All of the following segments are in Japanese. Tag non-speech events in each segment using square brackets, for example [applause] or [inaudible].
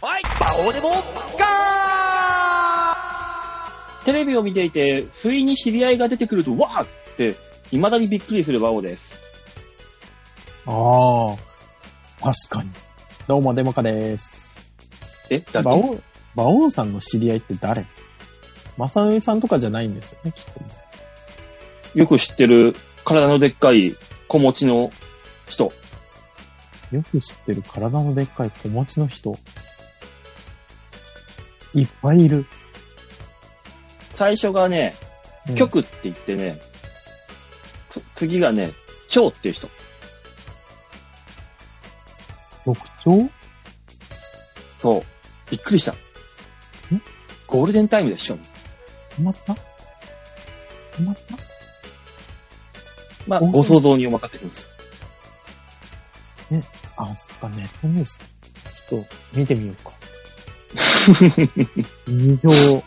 どうでもガーテレビを見ていて、不意に知り合いが出てくると、わーって、未だにびっくりする馬王です。ああ、確かに。どうも、デモカです。え、だ馬王、馬王さんの知り合いって誰マサウさんとかじゃないんですよね、きっとね。よく知ってる、体のでっかい子持ちの人。よく知ってる体のでっかい子持ちの人。いっぱいいる。最初がね、うん局って言ってね、つ次がね、長っていう人。特徴そう。びっくりした。ゴールデンタイムでしょ。止まった止まったまあ、おご想像にお任せします。 [laughs] あ、そっか、ネットニュース。ちょっと、見てみようか。二票。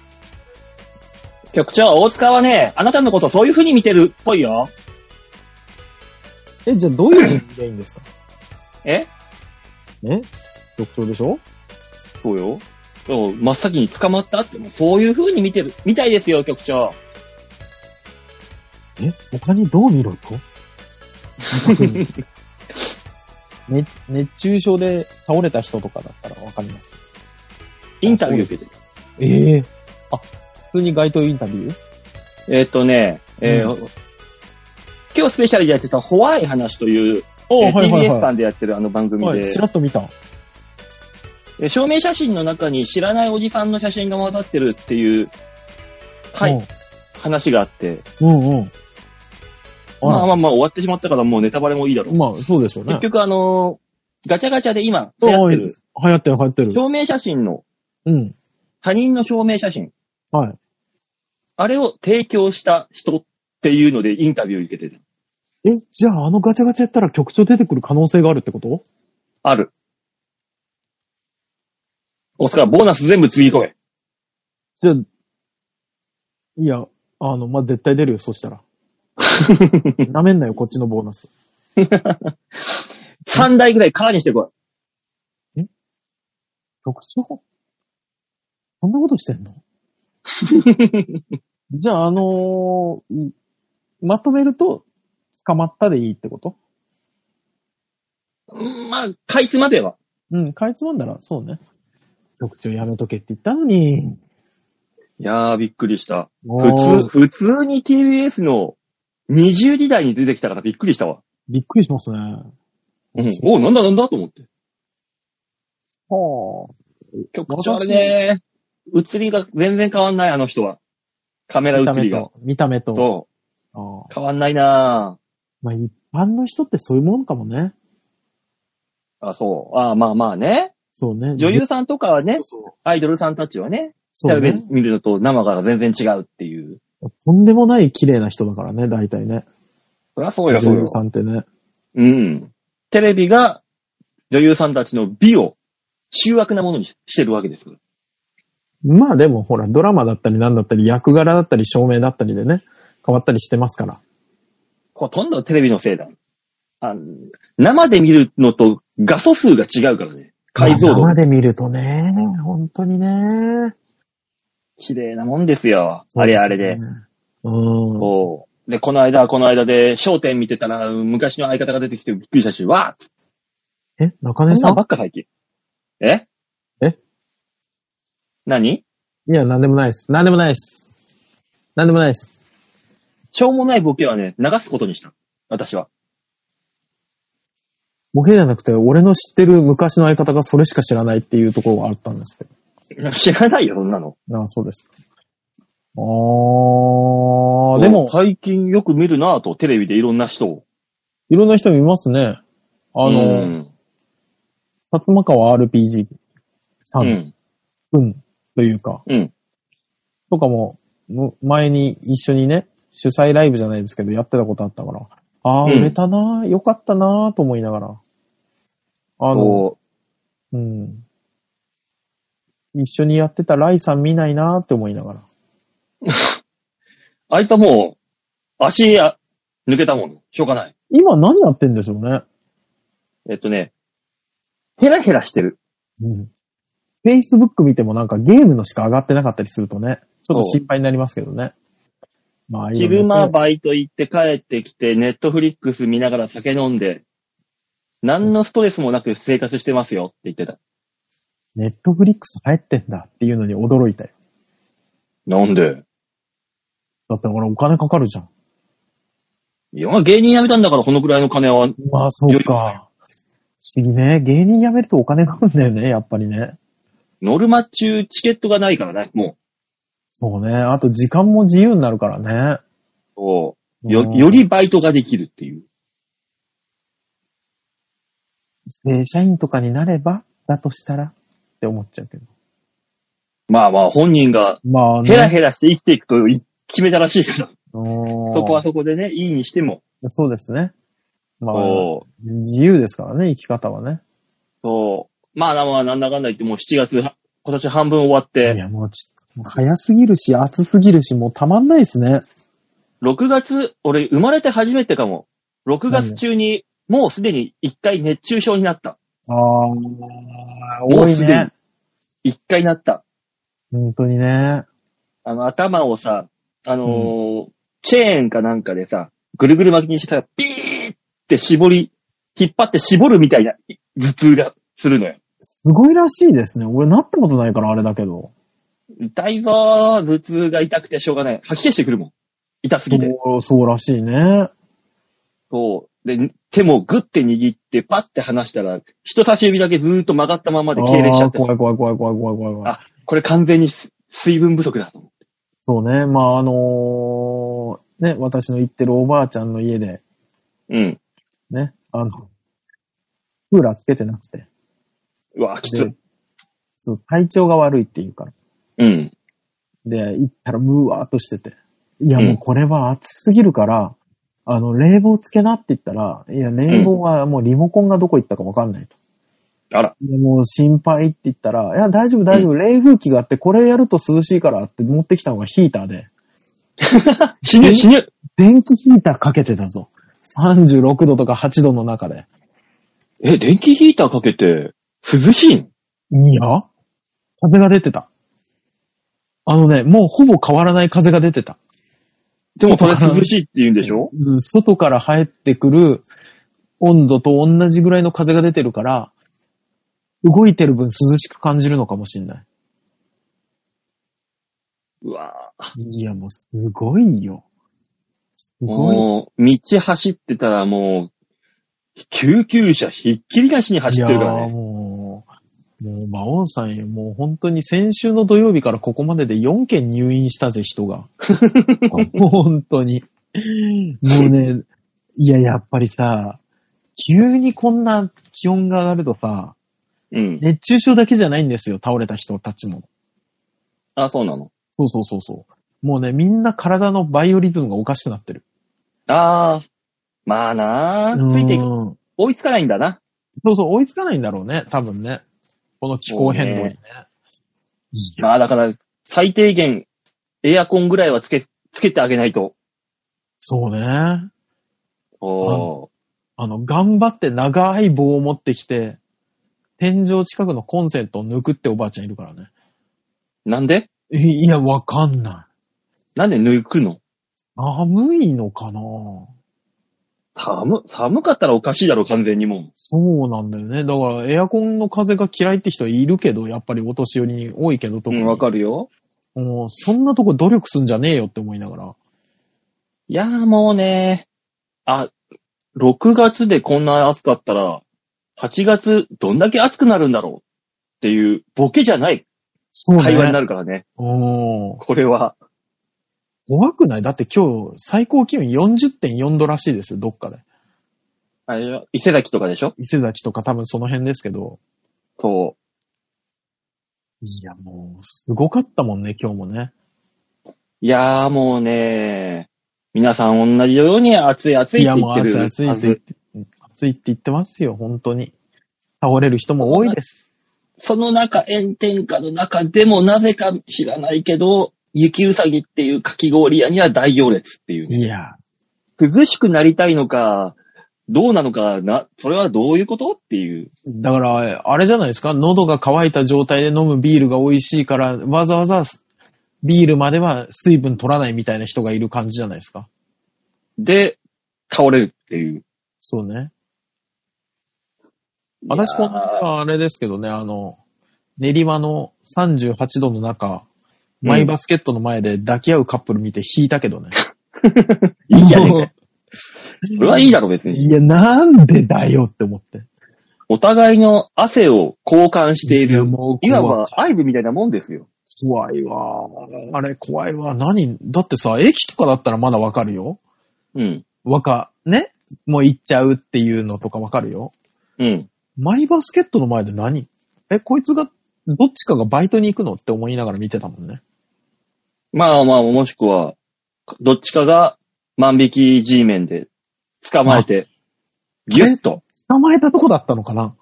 局長、大塚はね、あなたのことそういう風に見てるっぽいよ。え、じゃあどういうの見りゃいいんですかええ特徴でしょそうよ。でも真っ先に捕まったって、もうそういう風に見てる、みたいですよ、局長。え他にどう見ろ [laughs] と熱熱中症で倒れた人とかだったらわかります。インタビュー受けてる。ええあ、普通に街頭インタビューえーっとね、えーう今日スペシャルでやってた、ホワイ話という、おえー TBS さんでやってるあの番組で、はい、ちらっと見た。えー証明写真の中に知らないおじさんの写真が混ざってるっていう、はい、話があって、うん。うんうん。あまあらまあまあ終わってしまったからもうネタバレもいいだろう。まあ、そうでしょうね。結局あのーガチャガチャで今、流行ってる、流行ってる、流行ってる。証明写真の、うん。他人の証明写真、はい。あれを提供した人っていうのでインタビュー受けてる。え、じゃああのガチャガチャやったら局長出てくる可能性があるってことある。おつからボーナス全部つぎ込め。じゃあ、いや、あの、まあ、絶対出るよ、そした [laughs] ら。なめんなよ、こっちのボーナス。 3台ぐらい空にしてこ局長そんなことして [laughs] んのじゃあ、あのーんまとめると、捕まったでいいってことい。うんまあ、かいつまでは。うん、かいつまんだら、そうね。局長やめとけって言ったのに。いやー、びっくりした。も普通、う普通に TBS の20時台に出てきたからびっくりしたわ。びっくりしますね。うん。おうなんだなんだと思って。はあ。局長あれね、映りが全然変わんない、あの人は。カメラ見た映り目が。と、見た目と。そああう。変わんないなまあ、一般の人ってそういうもんかもね。ぁ。あ、そう。あまあまあね。そうね。女優さんとかはね、そう。アイドルさんたちはね、そテうレねビ。見るのと生が全然違うっていう。とんでもない綺麗な人だからね、大体ね。そりゃそうよ、そ女うよ優。さんってね。うん。テレビが女優さんたちの美を醜悪なものにしてるわけですから。まあでもほら、ドラマだったりなんだったり、役柄だったり、照明だったりでね、変わったりしてますから。ほとんどテレビのせいだ。あ生で見るのと画素数が違うからね。解像度まあ。生で見るとね、本当にね。綺麗なもんですよ。あれあれで。。うん。そう。で、この間、この間で、焦点見てたら、昔の相方が出てきてびっくりしたし、わーえ、中こん根さなんんばっか最近。ええ何いや、なんでもないです。なんでもないです。なんでもないです。しょうもないボケはね、流すことにした。私は。ボケじゃなくて、俺の知ってる昔の相方がそれしか知らないっていうところがあったんですけど。知らないよ、そんなの。ああ、そうです。あー、でも、最近よく見るなぁと、テレビでいろんな人を。いろんな人見ますね。あの、うん薩摩川 RPG さうんん。うん、というか、うん。とかも、の前に一緒にね、主催ライブじゃないですけど、やってたことあったから、ああ、うん売れたなー、よかったなーと思いながら、あの、こうん。一緒にやってたライさん見ないなーって思いながら。うあいつはもう、足や、抜けたもん。しょうがない。今何やってんでしょうね。えっとね、ヘラヘラしてる。うん。 Facebook 見てもなんかゲームのしか上がってなかったりするとね、ちょっと心配になりますけどね。まあ、いいよね昼間バイト行って帰ってきて、ネットフリックス見ながら酒飲んで、何のストレスもなく生活してますよって言ってた。ネットフリックス流行ってんだっていうのに驚いたよ。なんでだって俺お金かかるじゃん。いや、芸人辞めたんだからこのくらいの金は。まあそうか。不思議ね。芸人辞めるとお金かかるんだよね、やっぱりね。ノルマ中チケットがないからね、もそうね。あと時間も自由になるからね。う。そうよ、よりバイトができるっていう。正社員とかになれば、だとしたらって思っちゃうけど。まあまあ本人がまあね。ヘラヘラして生きていくとい決めたらしいから。そそここはそこでね、いいにしても。そうですね。まあ、そう。自由ですからね、生き方はね。そう。まあまあなんだかんだ言ってもう7月、今年半分終わっいて、や、もうちょっと、もう早すぎるし、暑すぎるし、もうたまんないですね。 6月、俺生まれて初めてかも。6月中に、もうすでに1回熱中症になった。ああ、多もういすでにね。 1回なった。本当にね。あの、頭をさ、あのーチェーンかなんかでさ、ぐるぐる巻きにしてさ、ピーって絞り、引っ張って絞るみたいな頭痛がするのよ。すごいらしいですね。俺なったことないからあれだけど。痛いぞー、頭痛が痛くてしょうがない。吐き気してくるもん。痛すぎて。そう、そうらしいね。そう。で、手もグッて握って、パッて離したら、人差し指だけずーっと曲がったままで痙攣しちゃあっーて、怖い怖い怖い怖い怖い怖い怖い。あこれ完全にす水分不足だと思う。そうね。まあ、あのーね、私の行ってるおばあちゃんの家で、うん。ね、あの、クーラーつけてなくて。うわ、きつでい。、そう、体調が悪いっていうから。うん。で、行ったらムーワーっとしてて。いや、うんもうこれは暑すぎるから、あの、冷房つけなって言ったら、いや、冷房はもうリモコンがどこ行ったかわかんないと。あら。でもう心配って言ったら、いや、大丈夫大丈夫、冷風機があって、これやると涼しいからって持ってきたのがヒーターで、死ぬ、死ぬ。電気ヒーターかけてたぞ。36度とか8度の中で。え、電気ヒーターかけて、涼しいのいや風が出てた。あのね、もうほぼ変わらない風が出てた。でもそれ外から涼しいって言うんでしょうん外から入ってくる温度と同じぐらいの風が出てるから、動いてる分涼しく感じるのかもしんない。 [laughs] うわぁ。いや、もうすごいよ。すごい。もう、道走ってたらもう、救急車ひっきりなしに走ってるかいやらーね。もう、もう、馬王さんよ、もう本当に先週の土曜日からここまでで4件入院したぜ、[laughs] 人が。本当に。もうね、いや、やっぱりさ、急にこんな気温が上がるとさ、うん。熱中症だけじゃないんですよ、倒れた人たちも。あ、そうなの。そうそうそうそう。もうね、みんな体のバイオリズムがおかしくなってる。あー。まあなうー。んついていく。追いつかないんだな。そうそう、追いつかないんだろうね、多分ね。この気候変動にね。いやまあだから、最低限、エアコンぐらいはつけ、つけてあげないと。そうね。あおー。の、頑張って長い棒を持ってきて、天井近くのコンセントを抜くっておばあちゃんいるからね。なんでいいや、わかんない。なんで抜くの寒いのかな寒、寒かったらおかしいだろ、完全にもそうなんだよね。だから、エアコンの風が嫌いって人はいるけど、やっぱりお年寄りに多いけど、う。う特に。ん、わかるよ。もう、そんなとこ努力すんじゃねえよって思いながら。いやーもうね、あ、6月でこんな暑かったら、8月どんだけ暑くなるんだろうっていう、ボケじゃないそうね。会話になるからね、おーこれは。怖くないだって今日最高気温40.4度らしいですよ、どっかで。あれよ伊勢崎とかでしょ伊勢崎とか多分その辺ですけど。そいや、もう、すごかったもんね、今日もね。う。いやーもうね、皆さん同じように暑い暑いいってや、言もっうてる暑いは暑ずい暑いって、暑いって言ってますよ、本当に。倒れる人も多いです。その中、炎天下の中でもなぜか知らないけど、雪うさぎっていうかき氷屋には大行列っていうね。いや、涼しくなりたいのか、どうなのかな、それはどういうことっていう。だから、あれじゃないですか喉が乾いた状態で飲むビールが美味しいから、わざわざビールまでは水分取らないみたいな人がいる感じじゃないですか。で、倒れるっていう。そうね。私、この間いやーはあれですけどね、あの、練馬の38度の中、マイバスケットの前で抱き合うカップル見て引いたけどね。いいじゃねえか [laughs] よ。それはいいだろ、別に。いや、なんでだよって思って。お互いの汗を交換していいやる。もういわ怖ば、アイブみたいなもんですよ。怖いわ。あれ、怖いわ。何だってさ、駅とかだったらまだわかるよ。うん。わか、ねもう行っちゃうっていうのとかわかるよ。うん。マイバスケットの前で何え、こいつが、どっちかがバイトに行くのって思いながら見てたもんね。まあまあ、もしくは、どっちかが万引き G メンで捕まえて、ギュッとっ捕まえたとこだったのかな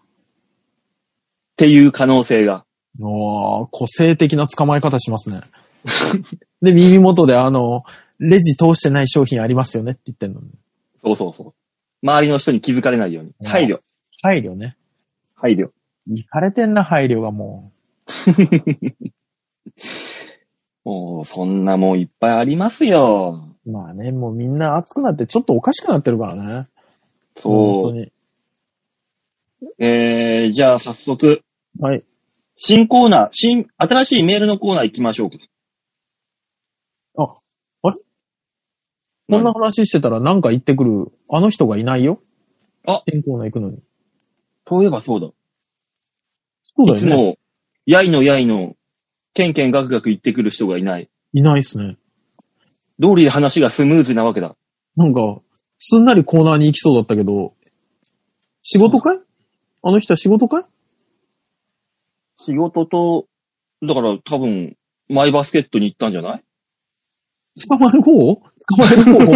ていう可能性が。ああ、個性的な捕まえ方し [laughs] ますね。で、耳元であの、レジ通してない商品ありますよねって言ってんのね。そうそうそう。周りの人に気づかれないように。うん配慮。配慮ね。配慮。いかれてんな、配慮がももう、そんなもんいっぱいありますよ。う。まあね、もうみんな熱くなってちょっとおかしくなってるからね。そ本当う。に。えー、じゃあ早速、はい。新コーナー、新、新しいメールのコーナー行きましょうか。あ、あれこんな話してたらなんか言ってくる、あの人がいないよ。あ天候の行くのに。そういえばそうだ。そういつ。も、やいのやいの、ケンケンガクガク言ってくる人がいない。いないっすね。通りで話がスムーズなわけだ。なんか、すんなりコーナーに行きそうだったけど、仕事かいあの人は仕事かい仕事と、だから多分、マイバスケットに行ったんじゃない捕まる方捕まえる方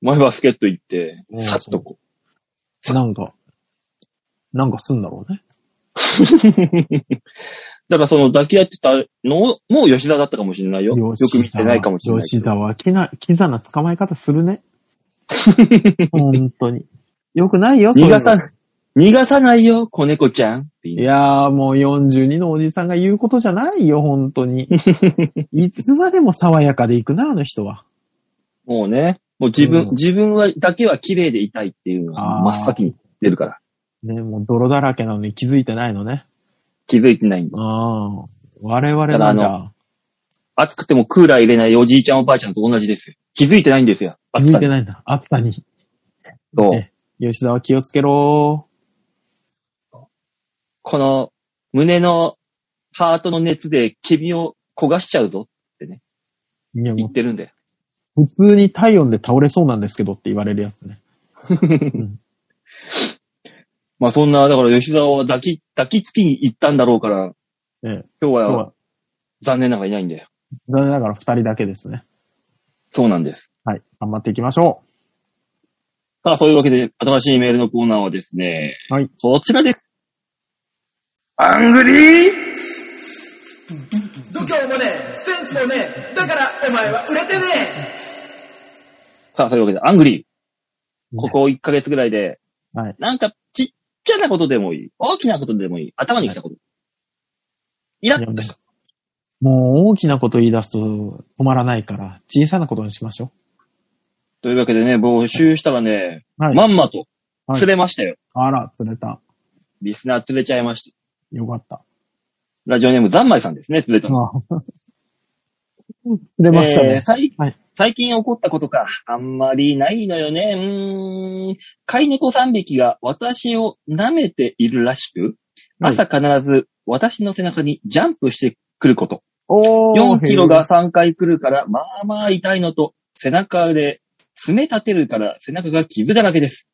マイバスケット行ってう、んさっとこなんか、なんかすんだろうね。う。 [laughs] だからその抱き合ってたのも吉田だったかもしれないよ。よく見てないかもしれないけ吉ど。田はきな、キザな捕まえ方す [laughs] るね。本当に。よくないよ、それ逃がさ、逃がさないよ、子猫ちゃんって言。いうやー、もう42のおじさんが言うことじゃないよ、本当 [laughs] に。いつまでも爽やかでいくな、あの人は。もうね、もう自分、うん自分は、だけは綺麗でいたいっていうのがあー真っ先に出るから。ね、もう泥だらけなのに気づいてないのね。気づいてないんだ。ああ、我々なんだかだ。暑くてもクーラー入れないおじいちゃんおばあちゃんと同じですよ。気づいてないんですよ。気暑づさいてに。ないんだ。暑さに。そうね吉田は気をつけろこの胸のハートの熱で君を焦がしちゃうぞー。いや、言もってるんだよ。う普通に体温で倒れそうなんですけどって言われるやつね。んまあそんな、だから吉田は抱き、抱きつきに行ったんだろうから、ええ、今日今日はは、残念ながらいないんだよ。残念ながら二人だけですね。そうなんです。はい。頑張っていきましょさあ、そういうわけで、新しいメールのコーナーはですね、はい。こちらです。アングリー度胸もねえセンスもねえだからお前は売れてねさあ、そういうわけで、アングリー。う。ここ1ヶ月ぐらいで、はいなんかちっちゃなことでもいい。大きなことでもいい。頭にきたこと。イラッとした。もう大きなこと言い出すと止まらないから、小さなことにしましょというわけでね、募集したらね、う。はい。まんまとはい釣れましたよ。あら、釣れた。リスナー釣れちゃいました。よかった。ラジオネーム、ざんまいさんですね、釣れたの。ああ釣れましたえーね。最はい最近起こったことか、あんまりないのよね。うーん。飼い猫3匹が私を舐めているらしく、はい朝必ず私の背中にジャンプしてくること。お4キロが。3回来るから、まあまあ痛いのと、背中で爪立てるから背中が傷だらけです。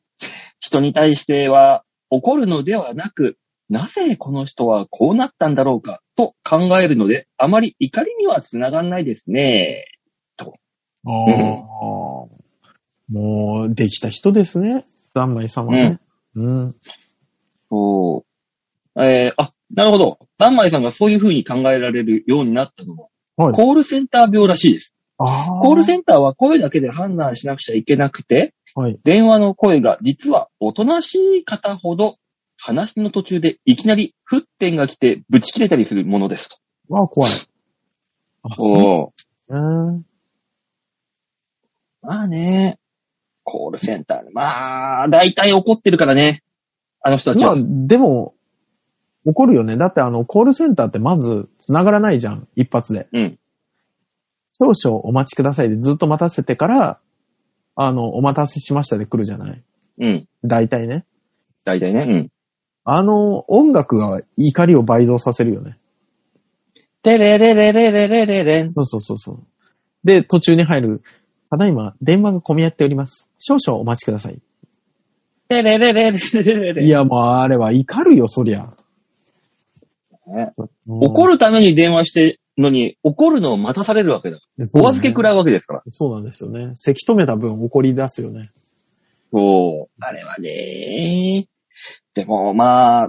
人に対しては怒るのではなく、なぜこの人はこうなったんだろうかと考えるので、あまり怒りにはつながんないですね。ああもう、できた人ですね。三枚様ね。うん。そう。えー、あ、なるほど。ダンマイさんがそういう風に考えられるようになったのは、はい。コールセンター病らしいです。ああ。コールセンターは声だけで判断しなくちゃいけなくて、はい。電話の声が実はおとなしい方ほど、話の途中でいきなり沸点が来てブチ切れたりするものですと。わあ、怖い。あ、そうおね。まあね、コールセンター、まあ、大体怒ってるからね、あの人たちまあは。、でも、怒るよね。だってあの、コールセンターってまず、繋がらないじゃん。一発で。うん。少々お待ちくださいでずっと待たせてから、あの、お待たせしましたで来るじゃない。うん。大体ね。大体ね。うん。あの、音楽が怒りを倍増させるよね。てれれれれれれれれん。そうそうそうそう。で、途中に入る。ただいま、電話が混み合っております。少々お待ちください。てれれれれれれれれんい。や、もうあれは怒るよ、そりゃ。ね怒るるために電話してのに、怒るのを待たされるわけだ。お預け食らうわけですから。そうなんですよね。せき止めた分怒り出すよね。そう。あれはね。でもまあ、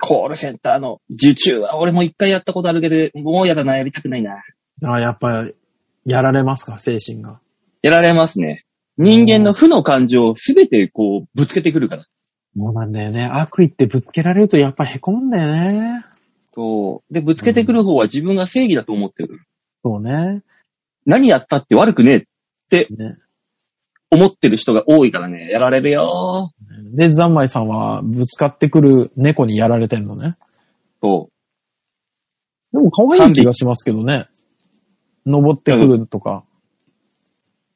コールセンターの受注は俺も一回やったことあるけど、もうやらない、やりたくないな。あやっぱ、やられますか、精神が。やられますね。人間の負の感情をすべてこう、ぶつけてくるから。もうなんだよね。悪意ってぶつけられるとやっぱ凹むんだよね。そう。で、ぶつけてくる方は自分が正義だと思ってる。そうね。何やったって悪くねえってね思ってる人が多いからね、やられるよで、ザンマイさんは、ぶつかってくる猫にやられてんのね。そう。でも可愛い気がしますけどね。登ってくるとか。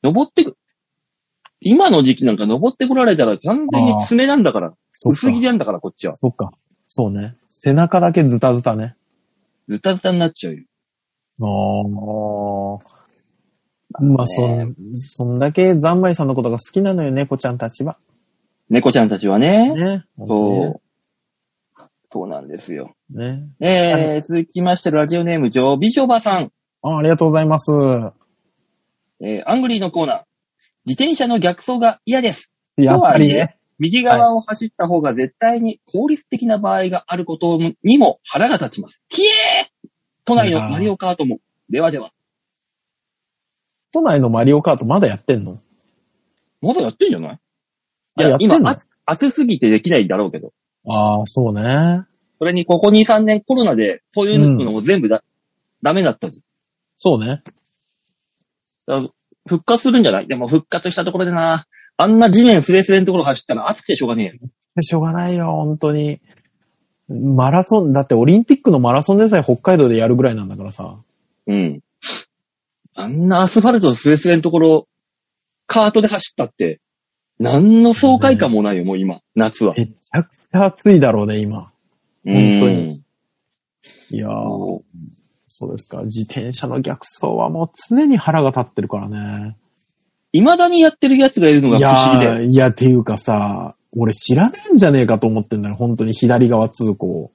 登ってく、今の時期なんか登ってこられたら完全に爪なんだから、そっか薄着。なんだからこっちは。そっか。そうね。背中だけズタズタね。ズタズタになっちゃうよ。ああ。まあ、そん、そんだけザンマイさんのことが好きなのよ、猫ちゃんたちは。猫ちゃんたちはね。ね。そう。そうなんですよ。う。ね。えー、続きましてラジオネーム、ジョビジョバさん。あありがとうございます。えー、アングリーのコーナー。自転車の逆走が嫌です。やっぱりね。右側を走った方が絶対に効率的な場合があることにも腹が立ちます。ひえー都内のマリオカートも。ではでは。都内のマリオカートまだやってんのまだやってんじゃないいあややっ、てんの今、あ暑すぎてできないだろうけど。ああ、そうね。それに、ここ2、3年コロナで、そういうのも全部だ、ダメだったじそうね。ゃん。だから復活するんじゃないでも復活したところでな、あんな地面スレスレのところ走ったら暑くてしょうがねえよ。しょうがないよ、本当に。マラソン、だってオリンピックのマラソンでさえ北海道でやるぐらいなんだからさ。うん。あんなアスファルトスレスレのところ、カートで走ったって、何の爽快感もないよ、もう今、夏は。めちゃくちゃ暑いだろうね、今。本当にいやーそそうですか。自転車の逆走はもう常に腹が立ってるからね。いまだにやってるやつがいるのがい不思議やで。ー、いや、っていうかさ、俺知らねえんじゃねえかと思ってんだよ、本当に左側通行。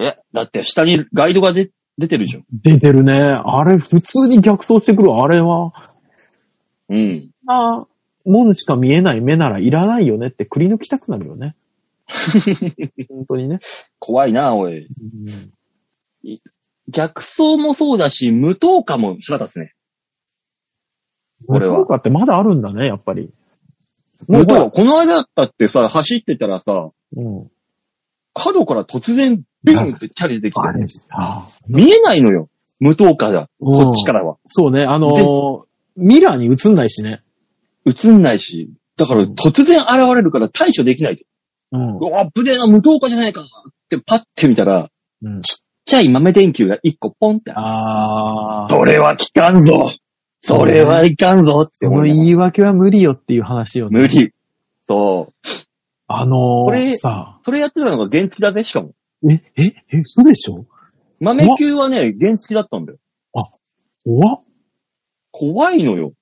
え、だって下にガイドが出出てるじゃん。出てるね。あれ、普通に逆走してくる、あれは。うん。なもんしか見えない目ならいらないよねってくり抜きたくなる [laughs] よね。本当にね。怖いな、おい。逆走もそうだし、無灯火も腹立つね。これは効果ってまだあるんだね、やっぱり。も無うほ灯ら火。この間だったってさ、走ってたらさ、うん。角から突然、ビュンってチャリ出てきあて、れさ、見えないのよ。無灯火だ。うんこっちからは。そうね、あのーミラーに映んないしね。映んないし。だから突然現れるから対処できないと。うんう。わ、危ねえな、無灯火じゃないかってパッて見たら、うん、ちっちゃい豆電球が一個ポンってある。あーそれは効かんぞそれはいかんぞってそ思のいながら言い訳は無理よっていう話よね。無理。そう。あのーこれさ、それやってたのが原付だぜ、しかも。え、え、え、そうでしょ豆球はね、原付だったんだよ。怖っ怖いのよ。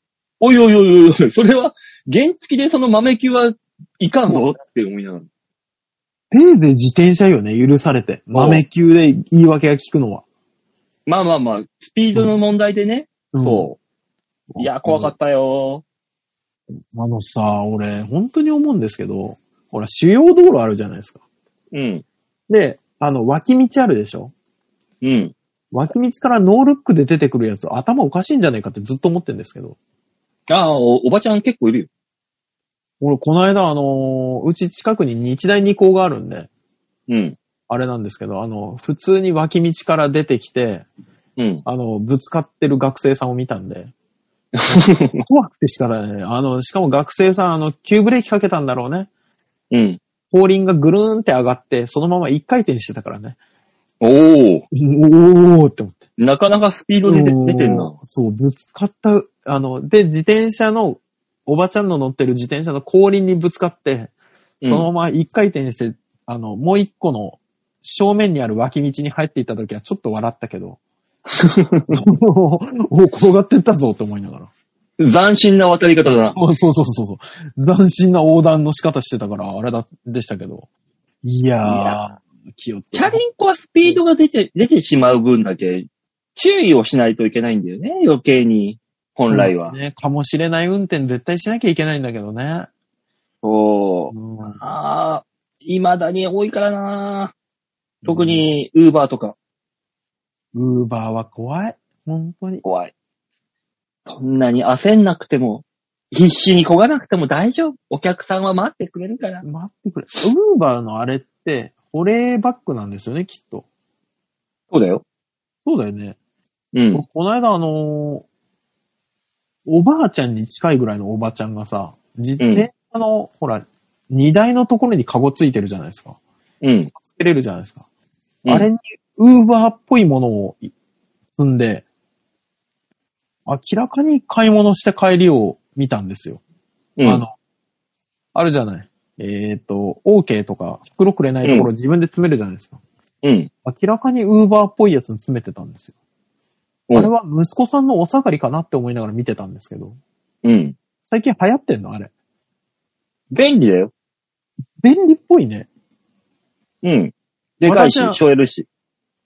おいおいおいおいおい、それは、原付でその豆球はいかんぞって思いながら。せいぜい自転車よね、許されて。豆球で言い訳が聞くのは。まあまあまあ、スピードの問題でね。そう。いや、怖かったったよ。あのさ、俺、本当に思うんですけど、ほら、主要道路あるじゃないですか。うん。で、あの、脇道あるでしょうん。脇道からノールックで出てくるやつ、頭おかしいんじゃないかってずっと思ってんですけど。ああ、おおばちゃん結構いるよ。俺、この間、あのーうち近くに日大二校があるんで、うん。あれなんですけど、あの、普通に脇道から出てきて、うん。 [laughs] あの、ぶつかってる学生さんを見たんで、怖くてしからね、あの、しかも学生さん、あの、急ブレーキかけたんだろうね。うん。後輪がぐるーんって上がって、そのまま一回転してたからね。おお、おーって思って。なかなかスピードで出出てんな。そう、ぶつかった、あの、で、自転車の、おばちゃんの乗ってる自転車の後輪にぶつかって、そのまま一回転して、あの、もう一個の正面にある脇道に入っていった時はちょっと笑ったけ [laughs] ど、おお転がってったぞって思いながら。斬新な渡り方だな。あそうそうそうそう。斬新な横断の仕方してたから、あれだ、でしたけど。いやー、いや気をつけチャリンコはスピードが出て、出てしまう分だけ、注意をしないといけないんだよね、余計に。本来は。ね、かもしれない運転絶対しなきゃいけないんだけどね。そう。うんああ、未だに多いからな特、に、ウーバーとか、ウーバーは怖い。本当に。怖い。そんなに焦んなくても、必死に焦がなくても大丈夫。お客さんは待ってくれるから。待ってくれ。ウーバーのあれって、保冷バッグなんですよね、きっと。そうだよ。そうだよね。うん。この間、あのーおばあちゃんに近いぐらいのおばちゃんがさ、自転車の、ほら、荷台のところにカゴついてるじゃないですか。うん。つけれるじゃないですか。うんあれに、ウーバーっぽいものをい積んで、明らかに買い物して帰りを見たんですよ。うん。あの、あるじゃない。えっ、と、OK とか、袋くれないところ自分で詰めるじゃないですか。うん。明らかにウーバーっぽいやつに詰めてたんですよ。うんあれは息子さんのお下がりかなって思いながら見てたんですけど、うん。最近流行ってんのあれ。便利だよ。便利っぽいね。うん。でかいし私、はしょえるし。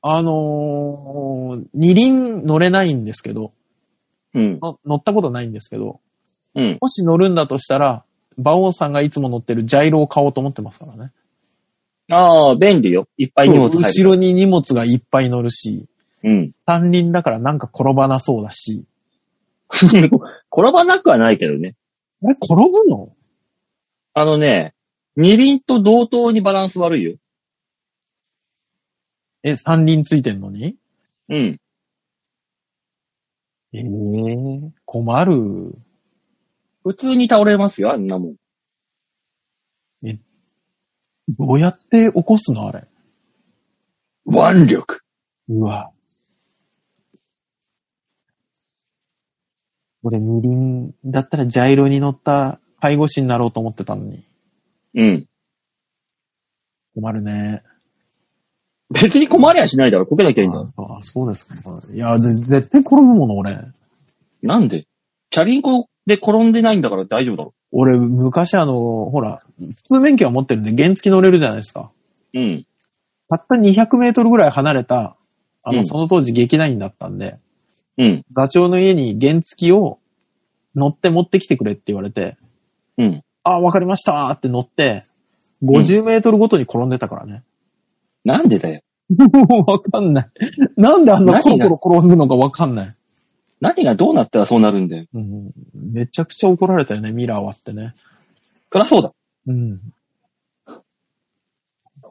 あのー、二輪乗れないんですけど、うん。の乗ったことないんですけど、うん。もし乗るんだとしたら、馬王さんがいつも乗ってるジャイロを買おうと思ってますからね。ああ、便利よ。いっぱい荷物入る。後ろに荷物がいっぱい乗るし、うん。 [laughs] 三輪だからなんか転ばなそうだし。転ばなくはないけどね。あれ、転ぶのあのね、二輪と同等にバランス悪いよ。え、三輪ついてんのにうん。ええー、困る。普通に倒れますよ、あんなもん。どうやって起こすのあれ。腕力。うわ。俺、二輪だったらジャイロに乗った介護士になろうと思ってたのに。うん。困るね。別に困りゃしないだろ、こけなきゃいいんだよ。ああ、そうですか。いや、ぜ絶対転ぶもの、俺。なんでチャリンコで転んでないんだから大丈夫だろ。俺、昔あの、ほら、普通免許は持ってるんで原付乗れるじゃないですか。うん。たった200メートルぐらい離れた、あの、うんその当時劇団員だったんで、うん。座長の家に原付を乗って持ってきてくれって言われて、うん。ああ、わかりましたって乗って、50メートルごとに転んでたからね。なんでだよ。も [laughs] うわかんない。なんであんなコロ何コがロ転ぶのかわかんない、何がどうなったらそうなるんだよ。うん。めちゃくちゃ怒られたよね、ミラー割ってね。そりゃそうだ。うん。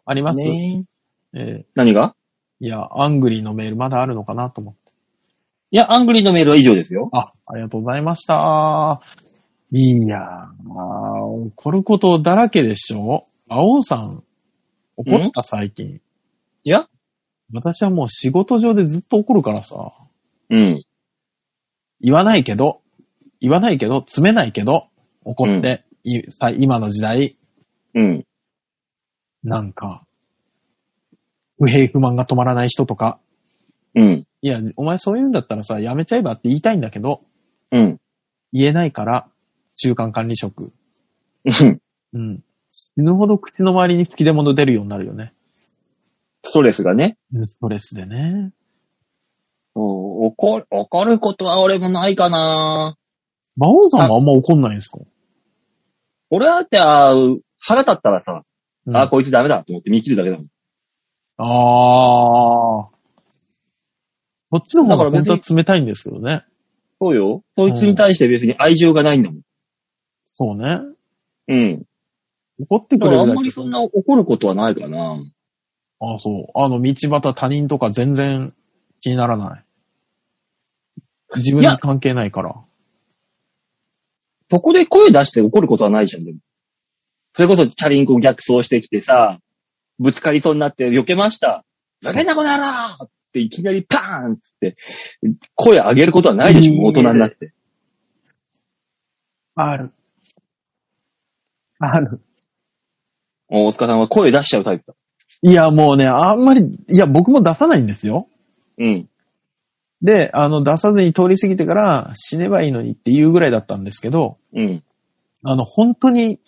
あります、ねええー何がいや、アングリーのメールまだあるのかなと思って。いや、アングリーのメールは以上ですよ。あ、ありがとうございました。いやー、怒ることだらけでしょ青さん、怒った最近。いや私はもう仕事上でずっと怒るからさ。うん。言わないけど、言わないけど、詰めないけど、怒って、いさ今の時代、うん。なんか、不平不満が止まらない人とか、うん。いや、お前そういうんだったらさ、やめちゃえばって言いたいんだけど、うん。言えないから、中間管理職。うん。うん。死ぬほど口の周りに吹き出物出るようになるよね。ストレスがね。ストレスでね。そう怒る、怒ることは俺もないかな馬王さんもあんま怒んないんですか俺だって、あー腹立ったらさ、うんあーこいつダメだと思って見切るだけだもん。あー。こっちの方がだから本別当には冷たいんですけどね。そうよ。そいつに対して別に愛情がないんだもん。そうね。うん。怒ってくだかれるらあんだまけりそんな怒ることはないかな。ああ、そう。あの、道端他人とか全然気にならない。自分いにや関係ないから。そこで声出して怒ることはないじゃん、でも。それこそチャリンコ逆走してきてさ、ぶつかりそうになって避けました。ざけんなこならっていきなりパーンっつって、声上げることはないでしょ、いいもう大人になって。ある。ある。大塚さんは声出しちゃうタイプだ。いや、もうね、あんまり、いや、僕も出さないんですよ。うん。で、あの、出さずに通り過ぎてから死ねばいいのにっていうぐらいだったんですけど、うん。あの、本当に、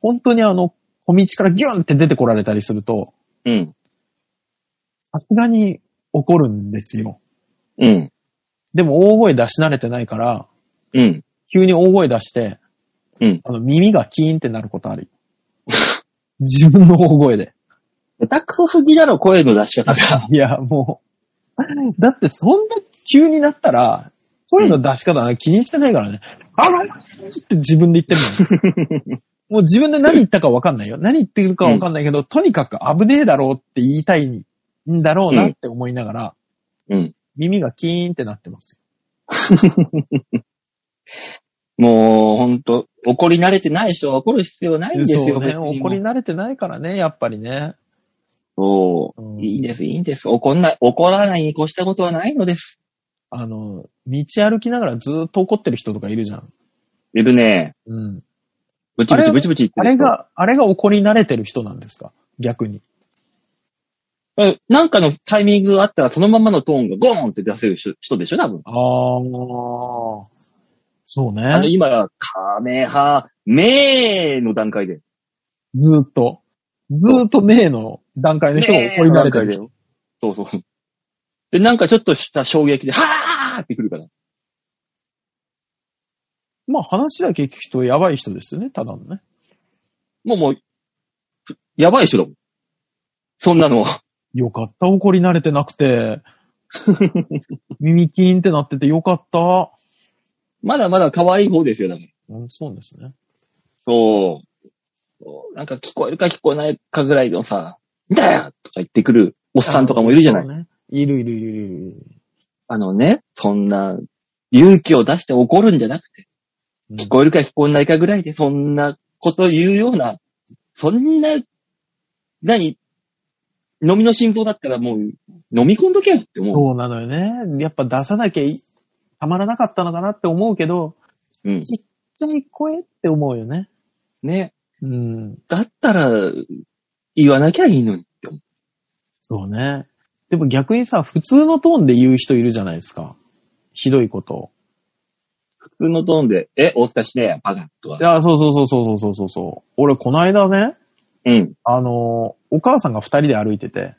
本当にあの、小道からギュンって出てこられたりすると、うん。さすがに怒るんですよ。うん。でも大声出し慣れてないから、うん。急に大声出して、うんあの、耳がキーンってなることある。自分の大声で。下手くそすぎだろ、声の出し方が。いや、もう。 [laughs] だって、そんな急になったら、声の出し方は気にしてないからね。あらって自分で言ってる [laughs] の。もう自分で何言ったかわかんないよ。何言ってるかわかんないけど、とにかく危ねえだろうって言いたいんだろうなって思いながら、うん。耳がキーンってなってますよ。もう、ほんと、怒り慣れてない人は怒る必要ないんですよ。そうね。別に怒り慣れてないからね、やっぱりね。そううんいいです、いいんです。怒んない、怒らないに越したことはないのです。あの、道歩きながらずっと怒ってる人とかいるじゃん。いるね。うん。ブチブチブチブチ言ってあるれ人が、あれが怒り慣れてる人なんですか逆に。うんなんかのタイミングがあったら、そのままのトーンがゴーンって出せる人人でしょ、多分。ああ。そうあの、ね。今、カメハ、メーの段階で。ずーっと。ずーっとねえの段階の人が怒り慣れてる人。よ。そうそう。で、なんかちょっとした衝撃で、はーってくるから。まあ話だけ聞くとやばい人ですよね、ただのね。もうもう、やばい人だもん。そんなのは。よかった、怒り慣れてなく [laughs] て。耳キーンってなっててよかった。まだまだ可愛い方ですよ、だから。うん、そうですね。そうそう。なんか聞こえるか聞こえないかぐらいのさ、だよとか言ってくるおっさんとかもいるじゃない。そうね。いるいるいるいるいる。あのね、そんな勇気を出して怒るんじゃなくて、うん聞こえるか聞こえないかぐらいでそんなこと言うような、そんな、何飲みの進行だったらもう飲み込んどけよって思う。そうなのよね。やっぱ出さなきゃいたまらなかったのかなって思うけど、うん。ちっちゃい声って思うよね。ね。うん。だったら、言わなきゃいいのにって思う。そうね。でも逆にさ、普通のトーンで言う人いるじゃないですか。ひどいことを。普通のトーンで、え、大塚しねえや、バカとは。いや、そうそうそうそうそうそうそう。俺、この間ね、うん、あのー、お母さんが二人で歩いてて、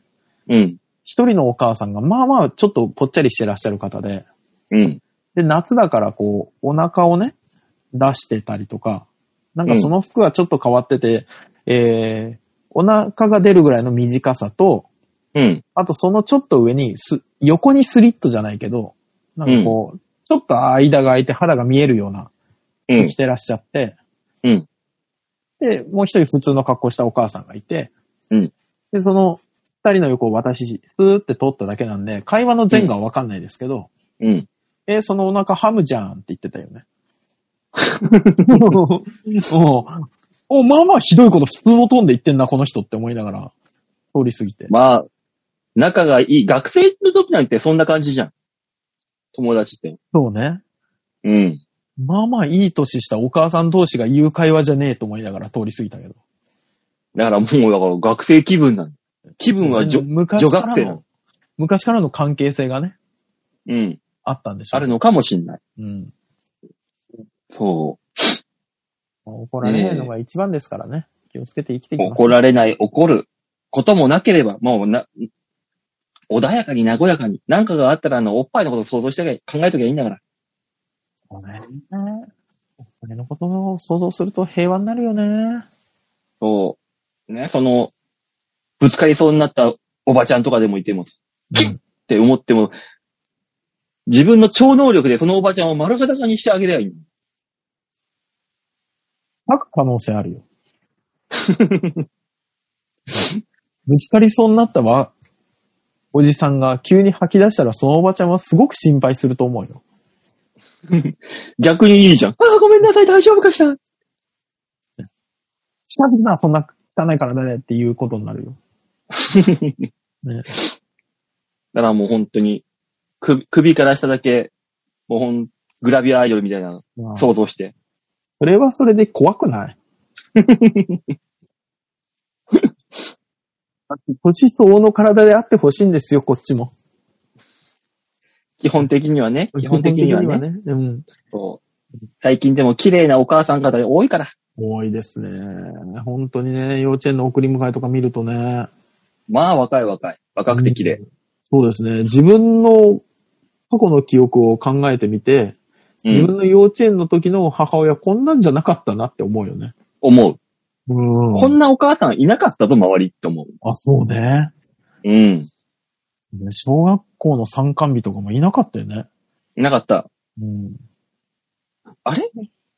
うん、一人のお母さんが、まあまあ、ちょっとぽっちゃりしてらっしゃる方で、うん、で、夏だからこう、お腹をね、出してたりとか、なんかその服はちょっと変わってて、えー、お腹が出るぐらいの短さと、うん、あとそのちょっと上にす、横にスリットじゃないけど、なんかこう、ちょっと間が空いて肌が見えるような、うん着。てらっしゃって、うん。で、もう一人普通の格好したお母さんがいて、うん。で、その二人の横を私、スーって通っただけなんで、会話の前後はわかんないですけど、うん。えーそのお腹ハムじゃんって言ってたよ [laughs] ね。おおまあまあひどいこと普通のトーンで言ってんな、この人って思いながら、通り過ぎて。まあ、仲がいい。学生の時なんてそんな感じじゃん。友達って。そうね。うん。まあまあいい年したお母さん同士が言う会話じゃねえと思いながら通り過ぎたけど。だからもう、だから学生気分なんだ。気分はじょうん昔か女学ら生なのの、昔からの関係性がね、うん。あったんでしょあうる。のかもしんない。うん。そ。怒られないのが一番ですからね。気をつけて生きていうきま怒られない、怒ることもなければ、もうな、穏やかに和やかに、なんかがあったら、あの、おっぱいのことを想像してりゃ考えときゃいいんだから。すよね。お金のことを想像すると平和になるよね。そう。ね、その、ぶつかりそうになったおばちゃんとかでもいても、うんって思っても、自分の超能力でそのおばちゃんを丸裸にしてあげればいいのに。吐く可能性あるよ。 [laughs] ぶつかりそうになったわ、おじさんが急に吐き出したらそのおばちゃんはすごく心配すると思うよ。逆にいいじゃん。ああ、ごめんなさい、大丈夫かしら。近づくな、そんな汚い体でっていうことになるよ。ね、だからもう本当に、首首から下だけ、もうほん、グラビアアイドルみたいなまあの想像して。それはそれで怖くない [laughs] だって年相応の体であってほしいんですよ、こっちも。基本的にはね、基本的にはね。基本的にはね。うん。そう最近でも綺麗なお母さん方多いから。多いですね。本当にね、幼稚園の送り迎えとか見るとね。まあ若い若い。若くて綺麗。そうですね。自分の過去の記憶を考えてみて、うん自分の幼稚園の時の母親こんなんじゃなかったなって思うよね。思う。うんこんなお母さんいなかったぞ、周りって思う。あ、そうね。うん。小学校の参観日とかもいなかったよね。いなかった。うん。あれ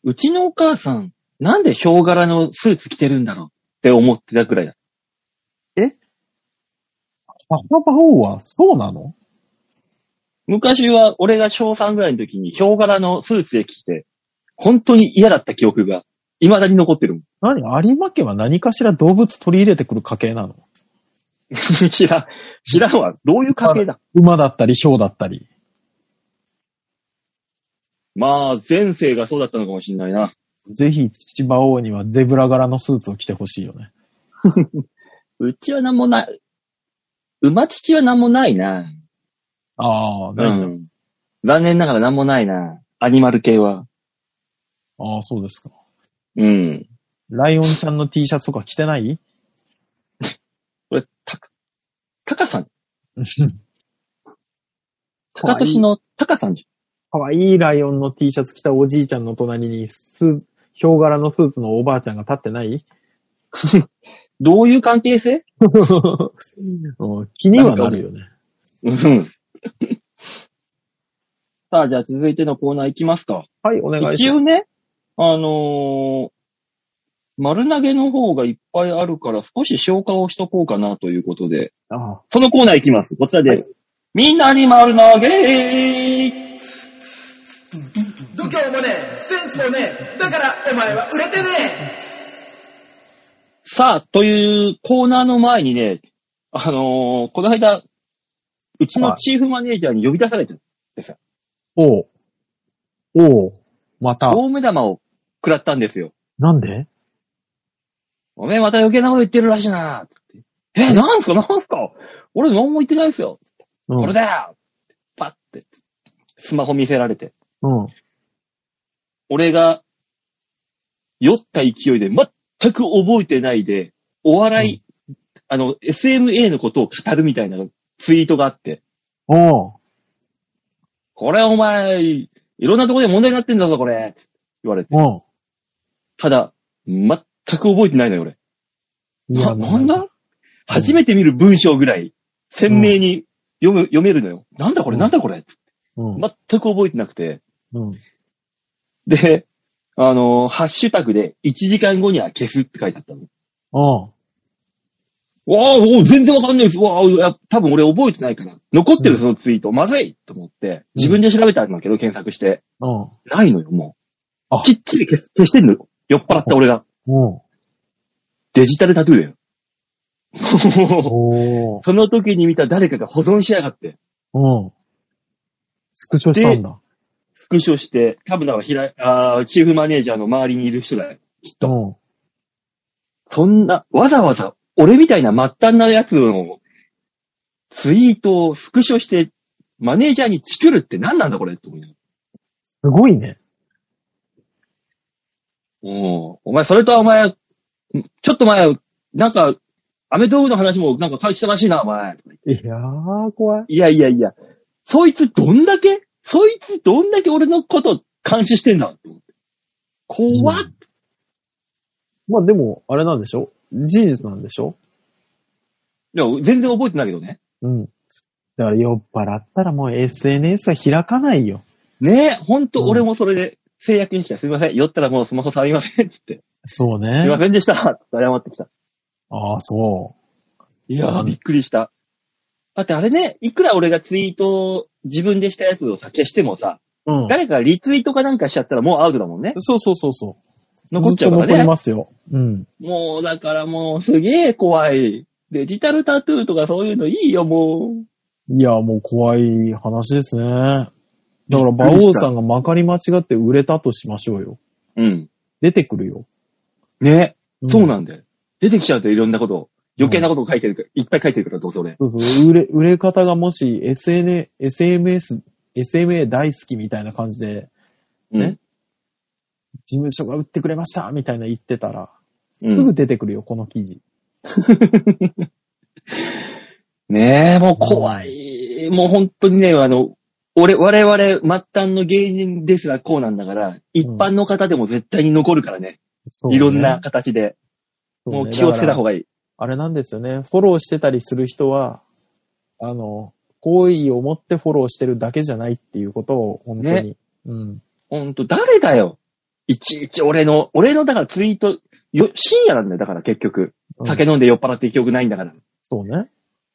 うちのお母さん、なんでヒョウ柄のスーツ着てるんだろうって思ってたくらいだ。母馬王はそうなの昔は俺が小3ぐらいの時にヒョウ柄のスーツで着て、本当に嫌だった記憶が、未だに残ってるもん。何有馬家は何かしら動物取り入れてくる家系なの [laughs] 知らん、知らんわ。どういう家系だ馬だったり、ヒョウだったり。まあ、前世がそうだったのかもしれないな。ぜひ、父馬王にはゼブラ柄のスーツを着てほしいよね。うちはなんもない。馬父はなんもないな。ああ、うないんだん。残念ながらなんもないな。アニマル系は。ああ、そうですか。うん。ライオンちゃんの T シャツとか着てないこれ、た、タカさん。かタカトシのタカさんじわいいライオンの T シャツ着たおじいちゃんの隣に、す、ヒョウ柄のスーツのおばあちゃんが立ってない [laughs] ゃん。どういう関係性うん気にはなるよね。うん。 [laughs] さあ、じゃあ続いてのコーナーいきますか。はい、お願いし一ます。応ね、あのー丸投げの方がいっぱいあるから少し消化をしとこうかなということで、ああそのコーナーいきます。こちらです。みんなに丸投げ度胸もねえセンスもねえだからお前は売れてねさあ、というコーナーの前にね、あのーこの間、うちのチーフマネージャーに呼び出されてる。おう。おう。また。大目玉を食らったんですよ。なんでおめえまた余計なこと言ってるらしいなってえ、なんすかなんすか俺何も言ってないですよ。うんこれだよパッて、スマホ見せられて。うん。俺が、酔った勢いで全く覚えてないで、お笑い、あの、SMA のことを語るみたいなツイートがあって、おう。これお前、いろんなところで問題になってんだぞ、これ言われて。おう。ただ、全く覚えてないのよ、俺。いな、なんだ初めめて見る文章ぐらい、鮮明に読む、読めるのよ。なんだこれ、うんなんだこれ。うん。全く覚えてなくて。うん。で、あのーハッシュタグで、1時間後には消すって書いてあったの。おう。わあ、おう全然わかんないです。わあ、いや多分俺覚えてないから。残ってるうんそのツイート。まずいと思って、自分で調べたんだけど、検索して。おう。ないのよ、もう。あきっちり消す消してんのよ。酔っ払った俺が。おう。デジタルタトゥーだよ。もうおう。その時に見た誰かが保存しやがって。おう。スクショしたんだ。スクショして、多分だからひら、あーチーフマネージャーの周りにいる人だよ。おう。そんな、わざわざ、俺みたいな末端なやつの、ツイートをスクショして、マネージャーにチクるって何なんだこれって思うよ。すごいね。おうお前、それとお前、ちょっと前、なんか、アメトーークの話もなんか返したらしいな、お前。いやー、怖い。いやいやいや、そいつどんだけそいつどんだけ俺のこと監視してんだって思って怖っ、まあでも、あれなんでしょ事実なんでしょいや、全然覚えてないけどね。うん。だから酔っ払ったらもう SNS は開かないよ。ねえ、ほんとうん俺もそれで制約に来た。すいません。酔ったらもうスマホ触りません。って。そうすいまね。せんでした。って謝ってきた。ああ、そいうやー、んびっくりした。だってあれね、いくら俺がツイートを自分でしたやつをさ消してもさ、う。うん。誰かがリツイートかなんかしちゃったらもうアウトだもんね。そうそうそうそう。残っちゃうかずらと残りね。ますよ。うん。もうだからもうすげえ怖い。デジタルタトゥーとかそういうのいいよ、もう。いや、もう怖い話ですね。だから、馬王さんがまかり間違って売れたとしましょうよ。うん。出てくるよ。ね、そうのなんだよ。出てきちゃうといろんなことを、余計なことを書いてるから、いっぱい書いてるから、どうせ俺。そうそう売れ、売れ方がもし SN、SMS、SMA 大好きみたいな感じで、ね。事務所が売ってくれましたみたいな言ってたら、うすんぐ。出てくるよ、この記事。ねえ、もう怖い。もう本当にね、あの、俺、我々、末端の芸人ですらこうなんだから、一般の方でも絶対に残るからね。いろんな形で。そうね、もう気をつけた方ががいい。あれなんですよね。フォローしてたりする人は、あの、好意を持ってフォローしてるだけじゃないっていうことを、本当に。うん。ほんと、誰だよ。いちいち俺の、俺のだからツイート、よ、深夜なんだよ、だから結局。酒うん飲んで酔っ払って記憶ないんだから。そうね。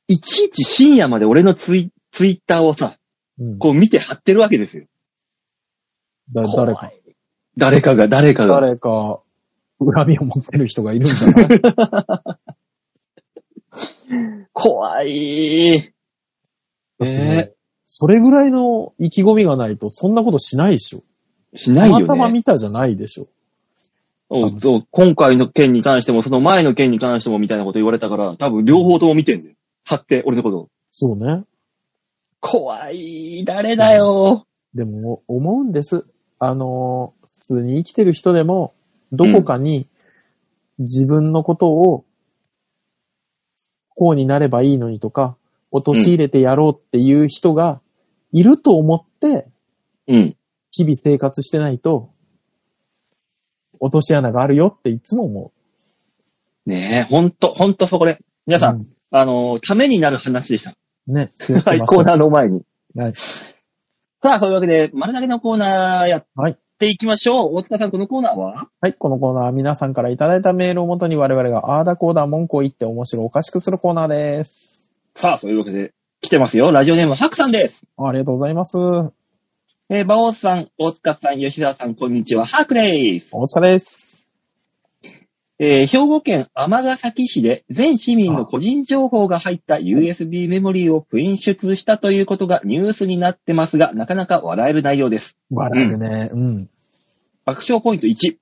いちいち深夜まで俺のツイ、ツイッターをさ、うん。こう見て貼ってるわけですよ。だ誰か怖、い。誰かが、誰かが。誰か、恨みを持ってる人がいるんじゃない怖い。ねそれぐらいの意気込みがないと、そんなことしないでしょ。え。しなたいよまね。たま見たじゃないでしょ。うんそう、今回の件に関しても、その前の件に関してもみたいなこと言われたから、多分両方とも見てんだよ。貼って、俺のこと。そうね。怖い、誰だよ。でも、思うんです。あのー、普通に生きてる人でも、どこかに自分のことを、こうになればいいのにとか、陥れてやろうっていう人がいると思って、うん。日々生活してないと、落とし穴があるよっていつも思ねえ、ほんと、ほんとそこで。う。皆さん、あのー、ためになる話でした。うん。ね。[laughs] 気をつけ最まし高ょうなの前に。はい。さあ、というわけで、丸投げのコーナーやっはいていきましょう。大塚さん、このコーナーははい、このコーナーは皆さんからいただいたメールをもとに我々がアーダコーダー文句を言って面白おかしくするコーナーです。さあ、そういうわけで、来てますよ。ラジオネーム、ハクさんです。ありがとうございます。おえー、馬王さん、大塚さん、吉沢さん、こんにちは。ハクです。疲れです。えー兵庫県尼崎市で全市民の個人情報が入った USB メモリーをプリン出したということがニュースになってますが、なかなか笑える内容です。笑えるね。うん。爆笑ポイント1。